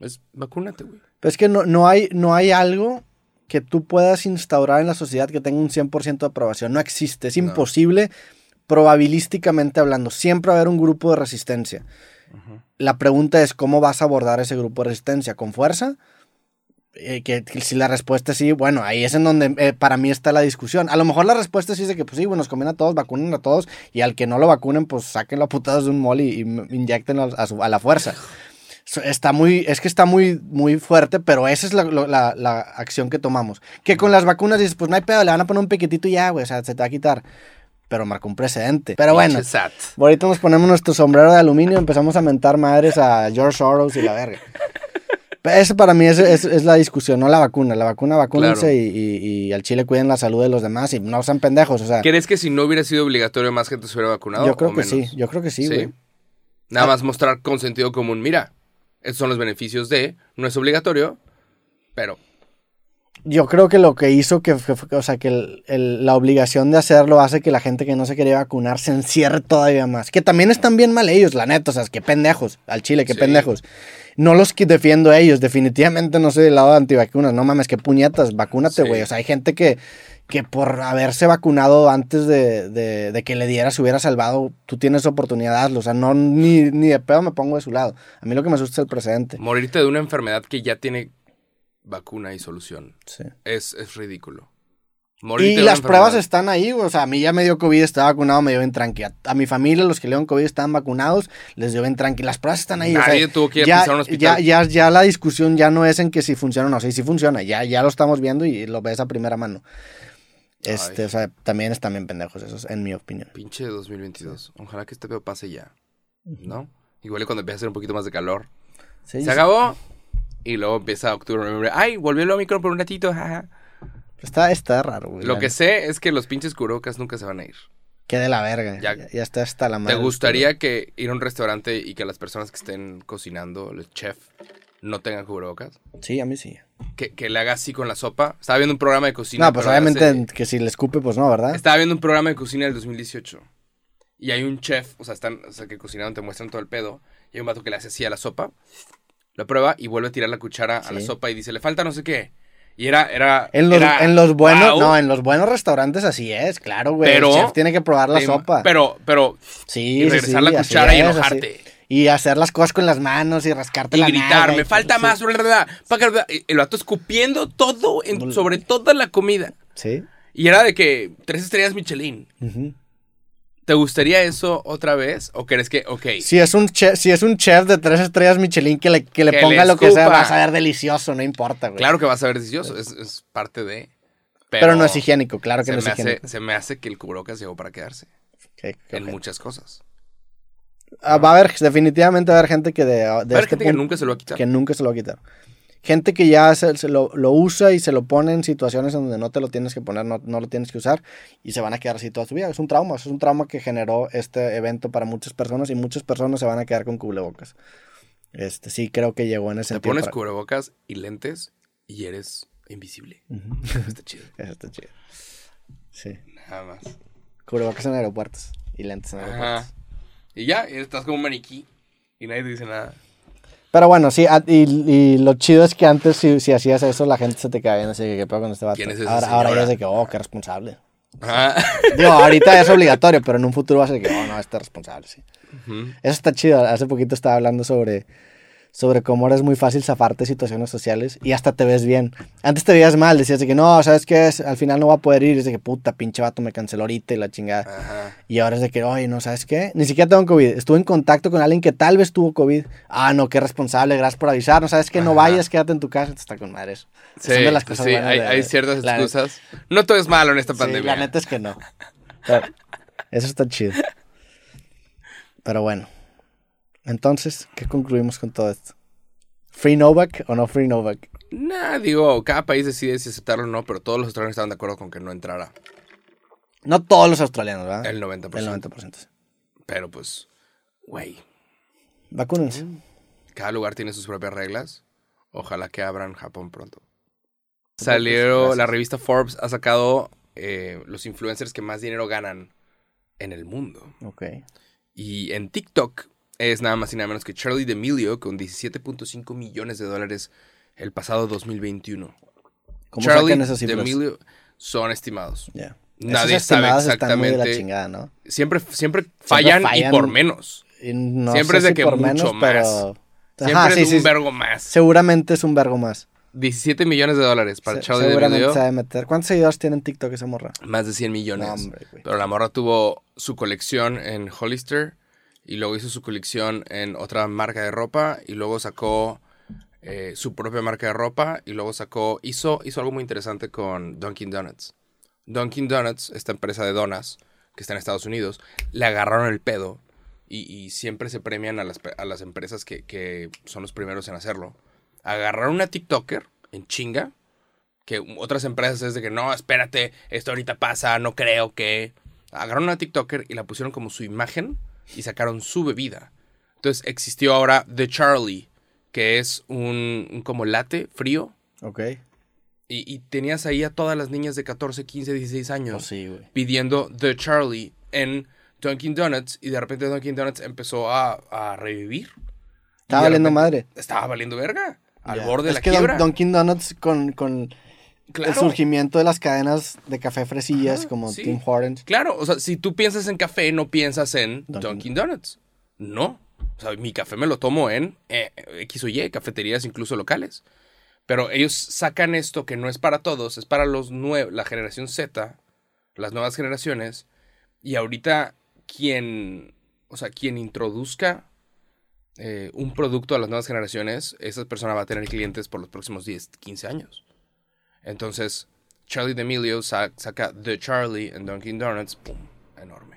A: pues vacúnate, güey.
B: Pero es que no, no, hay, no hay algo que tú puedas instaurar en la sociedad que tenga un 100% de aprobación. No existe, es
A: No.
B: imposible probabilísticamente hablando. Siempre va a haber un grupo de resistencia. La pregunta es cómo vas a abordar ese grupo de resistencia, con fuerza. Eh, que, que si la respuesta es sí, bueno, ahí es en donde eh, para mí está la discusión. A lo mejor la respuesta sí es de que, pues sí, bueno, nos conviene a todos, vacunen a todos, y al que no lo vacunen, pues sáquenlo a putados de un mol y, y m- inyectenlo a, su- a la fuerza. So, Está muy, es que está muy, muy fuerte, pero esa es la, lo- la- la acción que tomamos. Que con las vacunas dices, pues no hay pedo, le van a poner un piquetito y ya, güey, o sea, se te va a quitar. Pero marcó un precedente. Pero bueno,
A: Pinche sat.
B: ahorita nos ponemos nuestro sombrero de aluminio y empezamos a mentar madres a George Soros y la verga. Pero Eso para mí es, es- es la discusión, no la vacuna. La vacuna, vacúnense
A: Claro.
B: y, y- y al chile cuiden la salud de los demás y no sean pendejos, o sea.
A: ¿Crees que si no hubiera sido obligatorio más gente se hubiera vacunado?
B: Yo creo
A: o
B: que sí,
A: menos?
B: yo creo que sí,
A: Sí.
B: güey. Ah.
A: Nada más mostrar con sentido común, mira, estos son los beneficios de, no es obligatorio, pero
B: Yo creo que lo que hizo que, que fue- o sea, que el- el- la obligación de hacerlo hace que la gente que no se quería vacunar se encierre todavía más. Que también están bien mal ellos, la neta, o sea, qué pendejos, al chile, qué
A: Sí.
B: pendejos. No los que defiendo a ellos, definitivamente no soy del lado de antivacunas, no mames, qué puñetas, vacúnate,
A: Sí.
B: güey. O sea, hay gente que, que por haberse vacunado antes de, de- de que le diera, se hubiera salvado, tú tienes oportunidad de hazlo, o sea, no, ni, ni de pedo me pongo de su lado. A mí lo que me asusta es el precedente.
A: morirte de una enfermedad que ya tiene vacuna y solución
B: Sí.
A: es, es ridículo.
B: Y
A: de una
B: las pruebas
A: enfermedad-
B: están ahí, güey. O sea, a mí ya me dio COVID, estaba vacunado, me dio bien tranqui. A, a mi familia, los que le dieron COVID estaban vacunados, les dio bien tranqui. Las pruebas están ahí. o sea,
A: Nadie tuvo que ir a
B: ya,
A: pisar un hospital.
B: Ya, ya, ya la discusión ya no es en que si funciona o no. Sí, sí funciona. Ya, ya lo estamos viendo y lo ves a primera mano. Este,
A: Ay.
B: o sea, también están bien pendejos esos, en mi opinión.
A: Pinche 2022. Ojalá que este pedo pase ya, ¿no? Igual y cuando empiece a hacer un poquito más de calor.
B: Sí,
A: Se
B: sí.
A: acabó y luego empieza octubre, noviembre. Ay, volvió el Omicron por un ratito, jaja.
B: Está, está raro, güey.
A: Lo
B: la
A: que
B: neta.
A: sé es que los pinches curocas nunca se van a ir.
B: Qué de la verga.
A: Ya-
B: Ya, ya está hasta la madre.
A: ¿Te gustaría que ir a un restaurante y que las personas que estén cocinando, el chef, no tengan cubrebocas?
B: Sí, a mí sí.
A: Que, que le haga así con la sopa. Estaba viendo un programa de cocina.
B: No, pues
A: pero
B: obviamente
A: hace-
B: que si le escupe, pues no, ¿verdad?
A: estaba viendo un programa de cocina del 2018. Y hay un chef, o sea, están, o sea, que cocinaron, te muestran todo el pedo. Y hay un vato que le hace así a la sopa, lo prueba y vuelve a tirar la cuchara a la
B: Sí.
A: sopa y dice, le falta no sé qué. Y era, era.
B: En los,
A: era,
B: en los buenos,
A: "Wow".
B: no, en los buenos restaurantes así es, claro, güey.
A: Pero-
B: el chef tiene que probar la
A: Te-
B: sopa.
A: Pero, pero,
B: sí,
A: y
B: sí,
A: regresar
B: sí,
A: la
B: así
A: cuchara y
B: es, así.
A: enojarte.
B: Y hacer las cosas con las manos y rascarte
A: Y
B: la
A: gritar,
B: nalga
A: me
B: y-
A: falta
B: sí,
A: más, bla, bla, bla, pa, bla, bla. Y El vato escupiendo todo, en- sobre toda la comida.
B: Sí.
A: Y era de que tres estrellas Michelin.
B: ujú.
A: ¿Te gustaría eso otra vez? ¿O crees que, ok,
B: Si es un chef, si es un chef de tres estrellas Michelin que le, que le
A: Que le
B: ponga lo que sea,
A: escupa.
B: va a saber delicioso, no importa, güey.
A: claro que vas a ver delicioso, es, es parte de...
B: pero, no es higiénico, claro que
A: Se
B: no es
A: me, hace,
B: higiénico.
A: se me hace que el cubrebocas llegó para quedarse
B: Qué- qué
A: en
B: ojete.
A: muchas cosas.
B: Ah, va a haber, definitivamente va a haber gente que de, de
A: Pero hay
B: este
A: gente que
B: punto-
A: nunca se lo va a quitar.
B: que nunca se lo va a quitar. Gente que ya se, se lo, lo usa y se lo pone en situaciones en donde no te lo tienes que poner, no, no lo tienes que usar y se van a quedar así toda su vida. Es un trauma, es un trauma que generó este evento para muchas personas y muchas personas se van a quedar con cubrebocas. Este, sí, creo que llegó en ese
A: Te
B: sentido.
A: pones
B: para-
A: cubrebocas y lentes y eres invisible.
B: Ujú.
A: Está chido.
B: Eso está chido. Sí,
A: Nada más.
B: cubrebocas en aeropuertos y lentes en aeropuertos.
A: Ajá. Y ya, y estás como un maniquí y nadie te dice nada.
B: Pero bueno, sí, a- y, y lo chido es que antes si, si hacías eso la gente se te caía bien, así que qué pedo con este vato.
A: ¿Quién es esa
B: ahora, ahora ya
A: señora?
B: es de que, oh, qué responsable.
A: Ajá.
B: Digo, ahorita es obligatorio, pero en un futuro va a ser que, oh, no, este es responsable, sí.
A: Ujú.
B: Eso está chido. Hace poquito estaba hablando sobre, sobre cómo ahora es muy fácil zafarte de situaciones sociales y hasta te ves bien. Antes te veías mal, decías de que, no, ¿sabes qué? Es- Al final no va a poder ir. Y es de que, puta, pinche vato, me canceló ahorita y la chingada.
A: Ajá.
B: Y ahora es de que, oye, no sabes qué, ni siquiera tengo COVID. Estuve en contacto con alguien que tal vez tuvo COVID. Ah, no, qué responsable, gracias por avisar. No sabes qué, no
A: Ajá.
B: vayas, quédate en tu casa. Entonces, Está con madre eso.
A: Sí,
B: Son de las
A: sí,
B: cosas
A: sí,
B: buenas
A: hay,
B: de-
A: hay ciertas
B: la-
A: excusas. No todo es malo en esta
B: sí,
A: pandemia.
B: la neta es que no. Pero eso está chido. Pero bueno. Entonces, ¿qué concluimos con todo esto? ¿Free Novak o no Free Novak?
A: Nah, digo, cada país decide si aceptarlo o no, pero todos los australianos estaban de acuerdo con que no entrara
B: No todos los australianos, ¿verdad?
A: el 90%.
B: Ah, El 90%. sí.
A: Pero pues, güey,
B: Vacúnense.
A: Mm. cada lugar tiene sus propias reglas. Ojalá que abran Japón pronto.
B: Pues,
A: Salieron, la revista Forbes ha sacado eh, los influencers que más dinero ganan en el mundo.
B: Ok.
A: Y en TikTok es nada más y nada menos que Charlie D'Amelio con 17.5 millones de dólares el pasado 2021.
B: ¿Cómo
A: Charlie
B: sacan esas cifras?
A: D'Amelio son estimados.
B: Ya.
A: Nadie
B: Esas
A: sabe
B: estimadas están muy de la
A: exactamente.
B: chingada, ¿no?
A: Siempre, siempre fallan y
B: fallan.
A: por menos.
B: Y no
A: Siempre
B: sé
A: es de
B: si
A: que
B: por
A: mucho
B: menos,
A: más.
B: pero-
A: Siempre
B: Ajá,
A: es
B: sí,
A: un
B: sí,
A: vergo más.
B: Seguramente es un vergo más.
A: 17 millones de dólares para
B: Se-
A: Charlie
B: seguramente
A: D'Amelio.
B: se ha de meter. ¿Cuántos seguidores tiene en TikTok esa morra?
A: Más de 100 millones.
B: No, hombre, güey.
A: Pero la morra tuvo su colección en Hollister y luego hizo su colección en otra marca de ropa y luego sacó eh, su propia marca de ropa y luego sacó, hizo, hizo algo muy interesante con Dunkin' Donuts. Dunkin' Donuts, esta empresa de donas que está en Estados Unidos, le agarraron el pedo y, y siempre se premian a las, pe- a las empresas que, que son los primeros en hacerlo. Agarraron una TikToker en chinga que otras empresas es de que no, espérate, esto ahorita pasa, no creo que. Agarraron a TikToker y la pusieron como su imagen y sacaron su bebida. Entonces existió ahora The Charlie, que es un, un como latte frío.
B: Ok.
A: Y, y tenías ahí a todas las niñas de 14, 15, 16 años
B: Pues sí, güey.
A: pidiendo The Charlie en Dunkin' Donuts y de repente Dunkin' Donuts empezó a, a revivir. Y
B: Estaba
A: de
B: valiendo
A: repente
B: madre.
A: Estaba valiendo verga. Al
B: Ya.
A: borde de
B: es
A: la
B: que Don-
A: quiebra.
B: Dunkin' Donuts con, con
A: Claro.
B: el surgimiento de las cadenas de café fresillas
A: Ajá,
B: como
A: sí.
B: Tim Hortons.
A: Claro, o sea, si tú piensas en café, no piensas en
B: Dunkin'
A: Dunkin' Donuts. No. O sea, mi café me lo tomo en eh, X o Y, cafeterías incluso locales. Pero ellos sacan esto que no es para todos, es para los nue- la generación Z, las nuevas generaciones. Y ahorita quien, o sea, quien introduzca eh, un producto a las nuevas generaciones, esa persona va a tener clientes por los próximos 10, 15 años. Entonces, Charlie D'Amelio sa- saca The Charlie en Dunkin' Donuts, ¡pum! Enorme.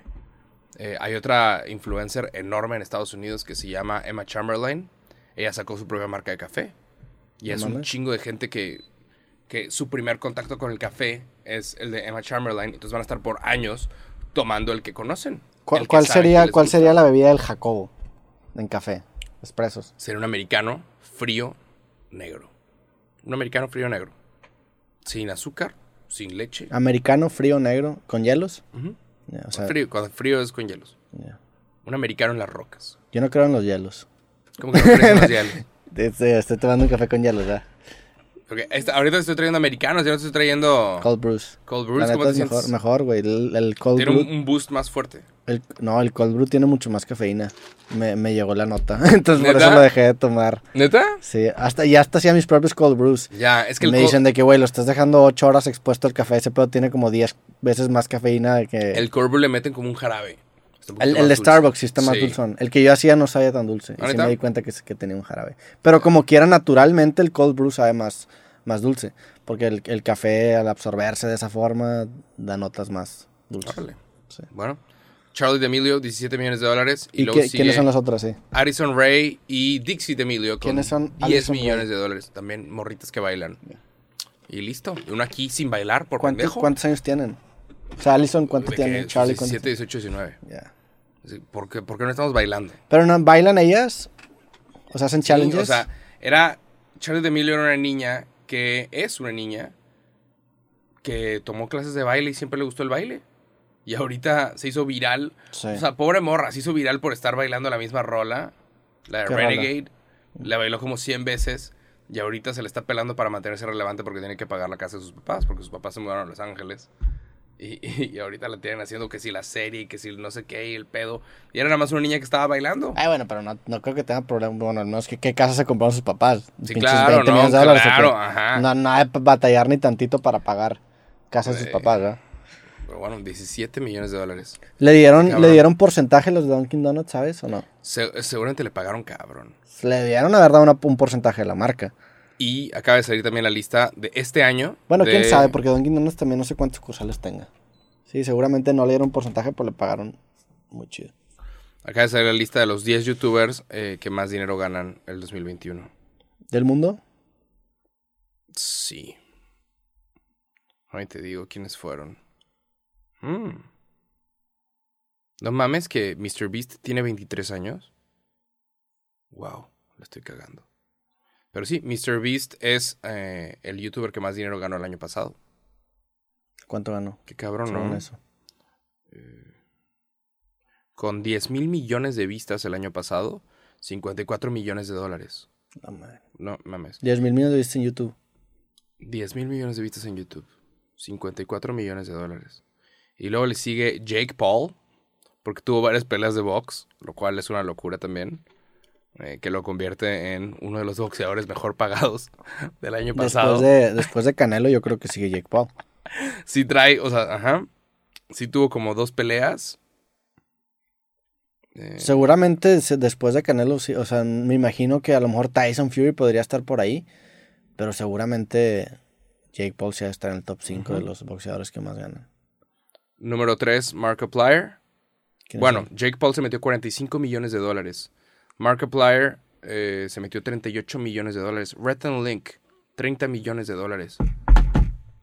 A: Eh, hay otra influencer enorme en Estados Unidos que se llama Emma Chamberlain. Ella sacó su propia marca de café. Y
B: No
A: es un
B: mames.
A: chingo de gente que, que su primer contacto con el café es el de Emma Chamberlain. Entonces van a estar por años tomando el que conocen.
B: ¿Cuál,
A: el que
B: cuál
A: saben que
B: sería,
A: les
B: ¿Cuál
A: gusta.
B: sería la bebida del Jacobo en café? Espresos.
A: Sería un americano frío negro. Un americano frío negro. Sin azúcar, sin leche.
B: Americano, frío, negro, con hielos.
A: Ujú.
B: Ya, Ah, o sea,
A: Frío, cuando frío es con hielos.
B: ya.
A: Un americano en las rocas.
B: Yo no creo en los hielos.
A: Como
B: <laughs>
A: que no crecen los hielos.
B: Este, estoy tomando un café con hielos, ¿verdad?
A: Porque esta- ahorita te estoy trayendo americanos, yo no te estoy trayendo cold,
B: Cold brews.
A: brews.
B: La
A: ¿Cómo
B: neta
A: te
B: es
A: sientes?
B: mejor, mejor, güey. El, el cold
A: Tiene
B: brew.
A: un, un boost más fuerte.
B: el- no, el cold brew tiene mucho más cafeína. Me, me llegó la nota. <laughs> Entonces por
A: ¿Neta?
B: eso lo dejé de tomar.
A: ¿Neta?
B: Sí, hasta, ya hasta hacía mis propios cold brews.
A: Ya, es que el
B: me
A: cold,
B: dicen de que, güey, lo estás dejando 8 horas expuesto al café. Ese pedo tiene como 10 veces más cafeína de que.
A: el cold brew le meten como un jarabe. un
B: El,
A: poquito
B: el de
A: más dulce.
B: Starbucks sí está más
A: Sí.
B: dulzón. El que yo hacía no sabía tan dulce. Y sí
A: ¿Ahorita?
B: me di cuenta que, que tenía un jarabe. Pero como quiera, naturalmente el cold brew sabe más, más dulce. Porque el, el café, al absorberse de esa forma, da notas más dulces.
A: Órale.
B: Sí.
A: Bueno, Charlie D'Amelio, 17 millones de dólares. Y,
B: ¿Y
A: luego
B: qué-
A: sigue
B: quiénes son las otras, sí?
A: Addison Ray y Dixie D'Amelio con
B: ¿Quiénes son
A: 10
B: Addison
A: millones
B: Rae?
A: de dólares. También morritas que bailan. Y listo. Uno aquí sin bailar por
B: ¿Cuántos,
A: pendejo.
B: cuántos años tienen? O sea, Allison, ¿cuánto
A: De
B: tiene?
A: que
B: Charlie, ¿cuánto
A: 17, 18, 19.
B: tiene? Ya.
A: Sí, ¿Por qué, por qué no estamos bailando?
B: Pero no, ¿bailan ellas? O sea, ¿hacen
A: Sí,
B: challenges?
A: o sea, era. Charlie D'Amelio era una niña que es una niña que tomó clases de baile y siempre le gustó el baile. Y ahorita se hizo viral.
B: Sí.
A: O sea, pobre morra, se hizo viral por estar bailando la misma rola. La de
B: ¿Qué rola?
A: Renegade. La bailó como 100 veces. Y ahorita se le está pelando para mantenerse relevante porque tiene que pagar la casa de sus papás. Porque sus papás se mudaron a Los Ángeles. Y, y- y ahorita la tienen haciendo que si la serie, y que si no sé qué, y el pedo. Y era nada más una niña que estaba bailando.
B: Ay, bueno, pero no, no creo que tenga problema. Bueno, no es que qué casa se compraron sus papás.
A: Sí,
B: Pinches
A: claro,
B: 20
A: no,
B: millones de dólares, ¿o qué?
A: claro, ajá.
B: No, no hay pa- batallar ni tantito para pagar casa de sus
A: Eh.
B: papás, ¿verdad?
A: Pero bueno, 17 millones de dólares.
B: ¿Le dieron,
A: Cabrón.
B: ¿Le dieron porcentaje los de Dunkin' Donuts, sabes o no?
A: Se- seguramente le pagaron cabrón.
B: Le dieron, la verdad, una- un porcentaje de la marca.
A: Y acaba de salir también la lista de este año.
B: Bueno,
A: de-
B: quién sabe, porque Dunkin' Donuts también no sé cuántos cursales tenga. Sí, seguramente no le dieron porcentaje, pero le pagaron muy chido.
A: Acaba de salir la lista de los 10 youtubers eh, que más dinero ganan el 2021.
B: ¿Del mundo?
A: Sí. Ahí te digo quiénes fueron. Mm. No mames que MrBeast tiene 23 años. Wow, la estoy cagando. Pero sí, MrBeast es eh, el youtuber que más dinero ganó el año pasado.
B: ¿Cuánto ganó?
A: Qué cabrón,
B: según
A: ¿no?
B: eso?
A: Con 10 mil millones de vistas el año pasado, 54 millones de dólares.
B: La madre.
A: No mames.
B: 10 mil millones de vistas en YouTube.
A: 10 mil millones de vistas en YouTube. 54 millones de dólares. Y luego le sigue Jake Paul, porque tuvo varias peleas de box, lo cual es una locura también. eh, que lo convierte en uno de los boxeadores mejor pagados <laughs> del año pasado.
B: Después de, después de Canelo, yo creo que sigue Jake Paul.
A: Sí trae, o sea, ajá. Sí tuvo como dos peleas. Eh,
B: Seguramente se- después de Canelo, sí, o sea, me imagino que a lo mejor Tyson Fury podría estar por ahí, pero seguramente Jake Paul sí va a estar en el top 5 de
A: Ujú.
B: los boxeadores que más ganan.
A: número 3, Markiplier.
B: ¿Quién es
A: Bueno,
B: él?
A: Jake Paul se metió 45 millones de dólares. Markiplier eh, se metió 38 millones de dólares. Return Link, 30 millones de dólares.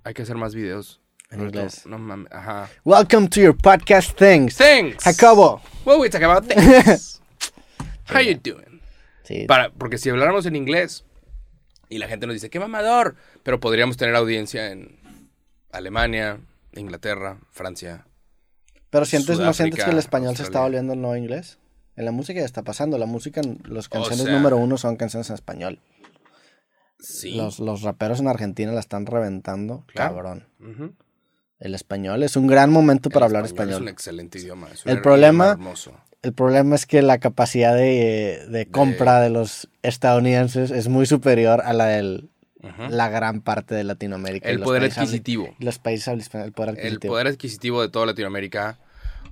A: Hay que hacer más videos.
B: En
A: Roberto,
B: inglés.
A: No mames. Ajá.
B: Welcome to your podcast Things.
A: Thanks.
B: Jacobo.
A: Well, we talk
B: <laughs>
A: about things. How you doing?
B: Sí.
A: Para, porque si habláramos en inglés y la gente nos dice, qué mamador. Pero podríamos tener audiencia en Alemania, Inglaterra, Francia.
B: Pero sientes, ¿no
A: Sudáfrica,
B: sientes que el español se está
A: Australia.
B: volviendo el nuevo inglés? En la música ya está pasando. La música, las canciones
A: sea-
B: número uno son canciones en español.
A: Sí.
B: Los, los raperos en Argentina la están reventando.
A: Claro.
B: Cabrón.
A: Ujú.
B: El español es un gran momento para
A: El
B: hablar
A: Es
B: español.
A: un excelente idioma. es un
B: El
A: her-
B: problema-
A: idioma hermoso.
B: El problema es que la capacidad de, de compra de los estadounidenses es muy superior a la de
A: Ujú.
B: la gran parte de Latinoamérica. y
A: El
B: los
A: poder
B: países habla-
A: adquisitivo.
B: y Los países hablan español, el poder
A: El
B: adquisitivo.
A: poder adquisitivo de toda Latinoamérica.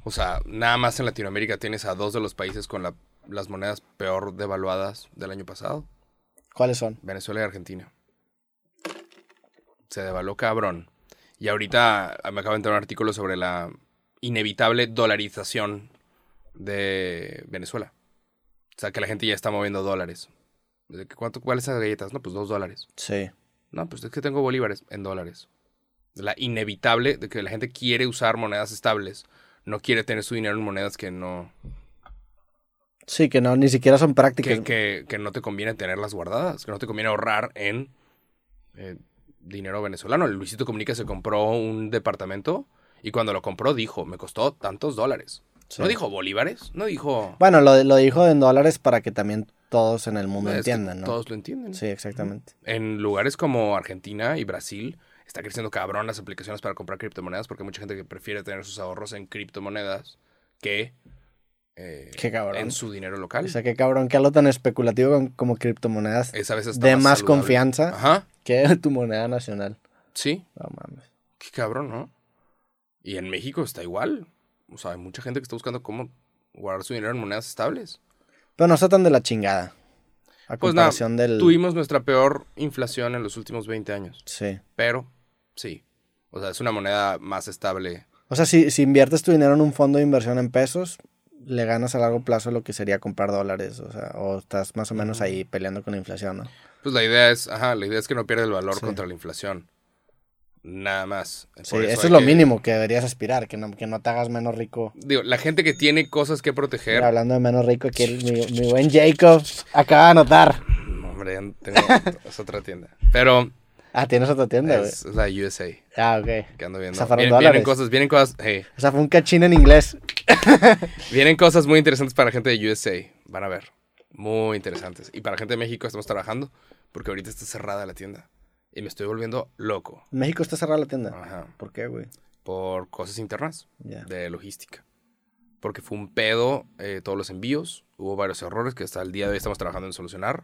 A: O sea, nada más en Latinoamérica tienes a dos de los países con la- las monedas peor devaluadas del año pasado.
B: ¿Cuáles son?
A: Venezuela y Argentina. Se devaluó cabrón. Y ahorita ah, me acaba de entrar un artículo sobre la inevitable dolarización de Venezuela. O sea, que la gente ya está moviendo dólares. De que, ¿Cuánto, ¿Cuáles son las galletas? No, pues dos dólares.
B: Sí.
A: No, pues es que tengo bolívares en dólares. La inevitable de que la gente quiere usar monedas estables. No quiere tener su dinero en monedas que no.
B: Sí, que no, ni siquiera son prácticas.
A: Que, que- que no te conviene tenerlas guardadas. Que no te conviene ahorrar en eh, dinero venezolano. El Luisito Comunica se compró un departamento y cuando lo compró dijo: Me costó tantos dólares.
B: Sí.
A: No dijo bolívares. No dijo.
B: Bueno, lo, lo dijo en dólares para que también todos en el mundo
A: Es que
B: entiendan, ¿no?
A: Todos lo entienden.
B: Sí, exactamente.
A: En lugares como Argentina y Brasil está creciendo cabrón las aplicaciones para comprar criptomonedas porque hay mucha gente que prefiere tener sus ahorros en criptomonedas que eh,
B: Qué cabrón.
A: en su dinero local.
B: O sea, qué cabrón, que algo tan especulativo con- como criptomonedas
A: Es a veces hasta
B: de más
A: saludable.
B: confianza
A: Ajá,
B: que tu moneda nacional.
A: sí.
B: No mames.
A: Qué cabrón, ¿no? Y en México está igual. O sea, hay mucha gente que está buscando cómo guardar su dinero en monedas estables.
B: Pero no está tan de la chingada. A
A: Pues nada,
B: comparación del.
A: tuvimos nuestra peor inflación en los últimos 20 años.
B: Sí.
A: Pero, sí. O sea, es una moneda más estable.
B: O sea, si, si inviertes tu dinero en un fondo de inversión en pesos, le ganas a largo plazo lo que sería comprar dólares. O sea, o estás más o menos ahí peleando con la inflación, ¿no?
A: Pues la idea es, ajá, la idea es que no pierda el valor
B: Sí.
A: contra la inflación. Nada más. Por
B: Sí, eso
A: hay
B: es lo
A: que-
B: mínimo que deberías aspirar, que no, que no te hagas menos rico.
A: Digo, la gente que tiene cosas que proteger.
B: Mira, hablando de menos rico, aquí el- mi, mi buen Jacob acaba de anotar.
A: No, hombre, ya
B: <laughs>
A: tengo, es otra tienda. Pero
B: Ah, tienes otra tienda, güey.
A: es, es la USA
B: Ah, ok.
A: que ando viendo.
B: Zafaron
A: Vienen, vienen
B: dólares.
A: cosas, vienen cosas, hey,
B: O sea, fue un cachín en inglés.
A: vienen cosas muy interesantes para gente de USA. Van a ver. Muy interesantes. Y para gente de México estamos trabajando porque ahorita está cerrada la tienda. Y me estoy volviendo loco
B: En México está cerrada la tienda.
A: Ajá.
B: ¿Por qué, güey?
A: por cosas internas
B: Ya.
A: de logística. Porque fue un pedo eh, todos los envíos. Hubo varios errores que hasta el día de hoy estamos trabajando en solucionar.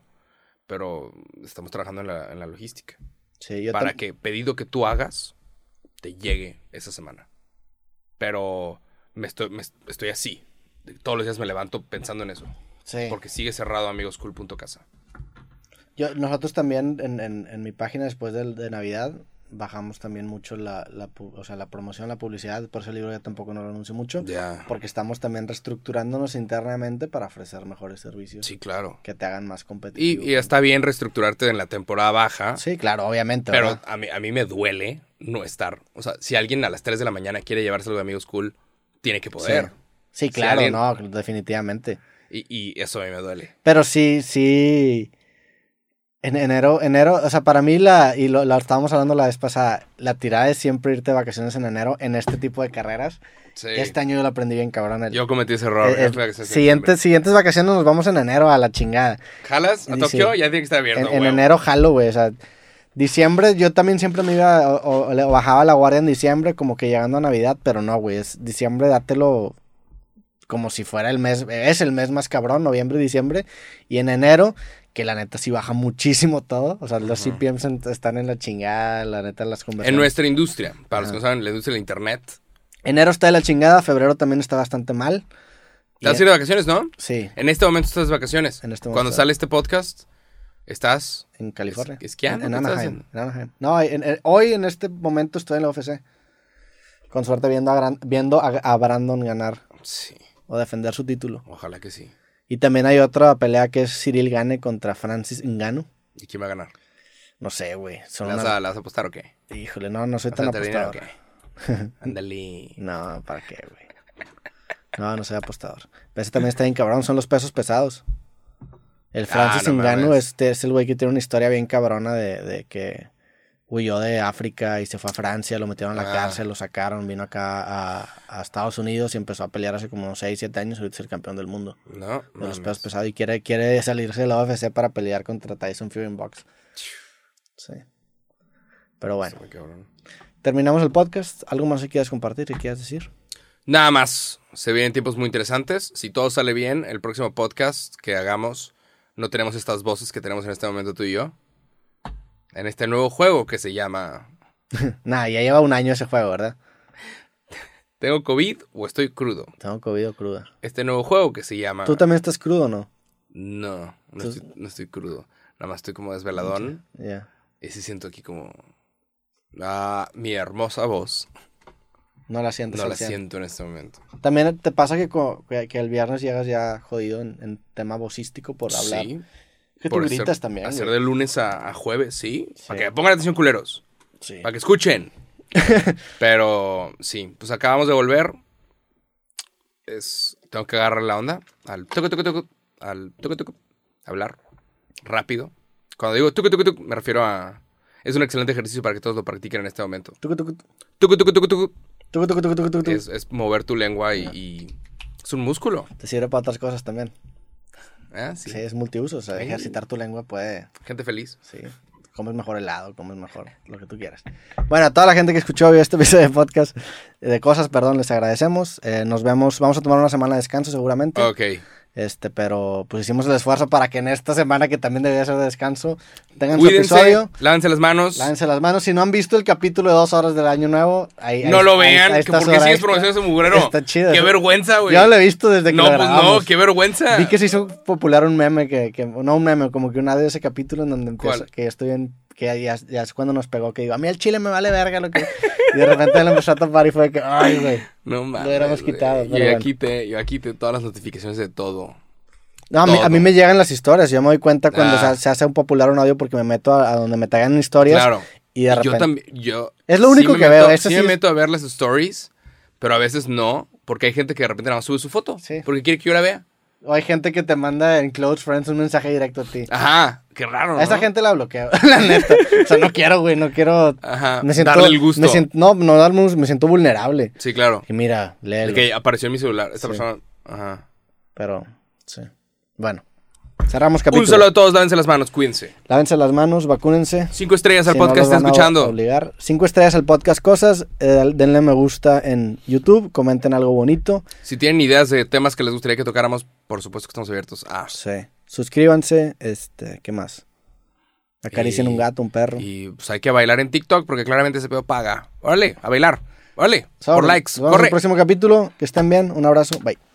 A: Pero estamos trabajando en la- en la logística.
B: Sí, yo
A: para
B: tam-
A: que pedido que tú hagas te llegue esa semana. Pero me estoy, me est- estoy así. De- Todos los días me levanto pensando en eso.
B: Sí.
A: Porque sigue cerrado amigoscool.casa.
B: Yo- nosotros también en, en- en mi página después del- de, Navidad bajamos también mucho la, la, pu- o sea, la promoción, la publicidad. Por ese libro ya tampoco no lo anuncio mucho.
A: Ya.
B: Porque estamos también reestructurándonos internamente para ofrecer mejores servicios
A: Sí, claro.
B: que te hagan más
A: Y,
B: competitivo.
A: y está bien reestructurarte en la temporada baja.
B: Sí, claro, obviamente.
A: Pero
B: ¿verdad?
A: a mí, a mí me duele no estar. O sea, si alguien a las 3 de la mañana quiere llevarse algo de Amigos Cool, tiene que
B: Sí.
A: poder.
B: Sí,
A: Si
B: claro,
A: alguien-
B: no, definitivamente.
A: Y, y eso a mí me duele.
B: Pero sí, sí. En enero, enero, o sea, para mí la, y lo, lo estábamos hablando la vez pasada, la tirada es siempre irte de vacaciones en enero en este tipo de carreras.
A: Sí.
B: Este año yo lo aprendí bien, cabrón. El,
A: Yo cometí ese error.
B: el- el
A: Fue que se-
B: siguientes, Eh, siguientes vacaciones nos vamos en enero a la chingada.
A: Jalas a
B: Sí.
A: Tokio, ya tiene que estar abierto.
B: En, en
A: huevo.
B: enero jalo, güey, o sea. Diciembre, yo también siempre me iba o, o- o le- o bajaba la guardia en diciembre, como que llegando a Navidad, pero no, güey. Es diciembre, dátelo como si fuera el mes, es el mes más cabrón, noviembre, diciembre. Y en enero, que la neta sí baja muchísimo todo. O sea, los
A: Ujú.
B: CPMs en- están en la chingada, la neta las
A: En
B: conversaciones.
A: nuestra industria, para los
B: Ajá.
A: que no saben, la industria del internet.
B: Enero está de la chingada, febrero también está bastante mal. Y-
A: ¿Estás ir de vacaciones, no?
B: Sí,
A: En este momento estás de vacaciones.
B: En este momento.
A: Cuando sale este podcast, estás.
B: en California.
A: Es- esquiando,
B: En, en
A: ¿qué estás
B: Anaheim. en Anaheim. No, en- en- hoy en este momento estoy en la UFC. Con suerte viendo a, Gran- viendo a, a Brandon ganar
A: Sí,
B: o defender su título.
A: ojalá que sí.
B: Y también hay otra pelea que es Cyril Gane contra Francis Ngannou.
A: ¿Y quién va a ganar?
B: No sé, güey. Son
A: ¿La vas,
B: unas-
A: a, la vas a apostar o qué?
B: Híjole, no, no soy
A: ¿Vas a
B: tan
A: meter dinero o
B: apostador.
A: qué?
B: <laughs>
A: Ándale.
B: No, ¿para qué, güey? No, no soy apostador. Pero ese también está bien cabrón, son los pesos pesados. El Francis
A: Ah, no
B: Ngannou
A: mames.
B: este, es el güey que tiene una historia bien cabrona de, de que huyó de África y se fue a Francia, lo metieron a la
A: Ah.
B: cárcel, lo sacaron, vino acá a, a Estados Unidos y empezó a pelear hace como 6, 7 años, ahorita es el campeón del mundo
A: No,
B: de los
A: mames.
B: pesos pesados y quiere, quiere salirse de la UFC para pelear contra Tyson Fury en box. Sí. Pero bueno,
A: Está muy cabrón.
B: terminamos el podcast. ¿Algo más que quieras compartir, que quieras decir?
A: Nada más. Se vienen tiempos muy interesantes. Si todo sale bien, el próximo podcast que hagamos, no tenemos estas voces que tenemos en este momento tú y yo. En este nuevo juego que se llama
B: Nah, ya lleva un año ese juego, ¿verdad?
A: ¿Tengo COVID o estoy crudo?
B: Tengo COVID o cruda.
A: Este nuevo juego que se llama.
B: ¿Tú también estás crudo o no?
A: No, no,
B: Tú-
A: estoy, no estoy crudo. Nada más estoy como desveladón.
B: Ya.
A: Y sí siento aquí como. Ah, mi hermosa voz.
B: No la sientes.
A: No
B: al
A: la
B: 100.
A: siento en este momento.
B: También te pasa que, co- que, que el viernes llegas ya jodido en, en tema vocístico por hablar.
A: Sí.
B: que
A: por
B: tú
A: hacer-
B: gritas también.
A: Hacer de
B: güey.
A: lunes a, a jueves, sí.
B: Sí.
A: Para que pongan atención, culeros.
B: Sí.
A: Para que
B: <laughs>
A: escuchen. Pero sí, pues acabamos de volver. Es, tengo que agarrar la onda. Al toque, toque, toque. Al toque, toque. Hablar. Rápido. Cuando digo toque, toque, toque, me refiero a. Es un excelente ejercicio para que todos lo practiquen en este momento.
B: Tucu, tucu, tucu,
A: Tucu, tucu, tucu, tucu.
B: tucu, tucu, tucu, tucu, tucu.
A: Es, es mover tu lengua y, y es un músculo.
B: Te sirve para otras cosas también.
A: ¿eh? Sí.
B: Sí, es multiuso. O sea,
A: Sí.
B: ejercitar tu lengua puede.
A: Gente feliz.
B: Sí. Comes mejor helado, comes mejor lo que tú quieras. Bueno, a toda la gente que escuchó hoy este episodio de podcast, eh, de cosas, perdón, les agradecemos. Eh, nos vemos. Vamos a tomar una semana de descanso seguramente.
A: Ok.
B: Este, pero pues hicimos el esfuerzo para que en esta semana, que también debería ser de descanso, tengan su
A: Cuídense,
B: episodio.
A: lávense las manos.
B: Lávense las manos. Si no han visto el capítulo de dos horas del año nuevo, ahí
A: no
B: ahí-
A: lo
B: ahí-
A: vean,
B: ahí
A: que
B: está su
A: porque
B: hora
A: sigues
B: extra.
A: promocionando ese mugrero.
B: Está chido.
A: Qué
B: eso.
A: vergüenza, güey.
B: Yo lo he visto desde que
A: No,
B: lo
A: pues no,
B: grabamos.
A: qué vergüenza.
B: Vi que se hizo popular un meme, que, que- no un meme, como que un audio de ese capítulo en donde empieza,
A: ¿Cuál?
B: que ya estoy en, que ya, ya es cuando nos pegó, que digo, a mí el chile me vale verga lo que... Y de repente lo empezó a tapar y fue que, ay, güey.
A: No mames.
B: hubiéramos
A: güey.
B: quitado,
A: Yo
B: pero
A: ya
B: bueno.
A: quité, yo ya quité todas las notificaciones de todo.
B: No, a mí, a mí
A: Todo.
B: me llegan las historias, yo me doy cuenta cuando
A: Ah.
B: se, se hace un popular un audio porque me meto a, a donde me tagan historias
A: Claro.
B: y de repente...
A: Yo también, yo.
B: Es lo único
A: me
B: que
A: meto-
B: veo, eso
A: sí me
B: sí es-
A: meto a ver las stories, pero a veces no, porque hay gente que de repente nada más sube su foto.
B: Sí.
A: Porque quiere que yo la vea.
B: O hay gente que te manda en Close Friends un mensaje directo a ti.
A: Ajá, qué raro.
B: A esa
A: Ah, ¿no?
B: gente la bloqueo, <laughs> la neta. O sea, no quiero, güey, no quiero...
A: Ajá,
B: Me siento,
A: Ah, darle el gusto.
B: me siento- no, no darme un- me siento vulnerable.
A: Sí, claro.
B: Y mira,
A: El
B: léelo.
A: que apareció en mi celular. Esta
B: Sí.
A: persona. Ajá.
B: Pero, sí. Bueno, cerramos capítulo.
A: Un solo a todos, lávense las manos, cuídense.
B: Lávense las manos, vacúnense.
A: Cinco estrellas al
B: Si no,
A: podcast,
B: los
A: está
B: van a
A: escuchando.
B: Obligar. Cinco estrellas al podcast Cosas. eh, denle me gusta en YouTube. Comenten algo bonito.
A: Si tienen ideas de temas que les gustaría que tocáramos, por supuesto que estamos abiertos. Ah,
B: Sí. Suscríbanse. Este, ¿qué más? Acaricien
A: Y-
B: un gato, un perro.
A: y pues hay que bailar en TikTok porque claramente ese pedo paga. Órale, a bailar. Órale,
B: Sobre.
A: por likes.
B: Nos vemos en el
A: Corre.
B: próximo capítulo. Que estén bien. Un abrazo. Bye.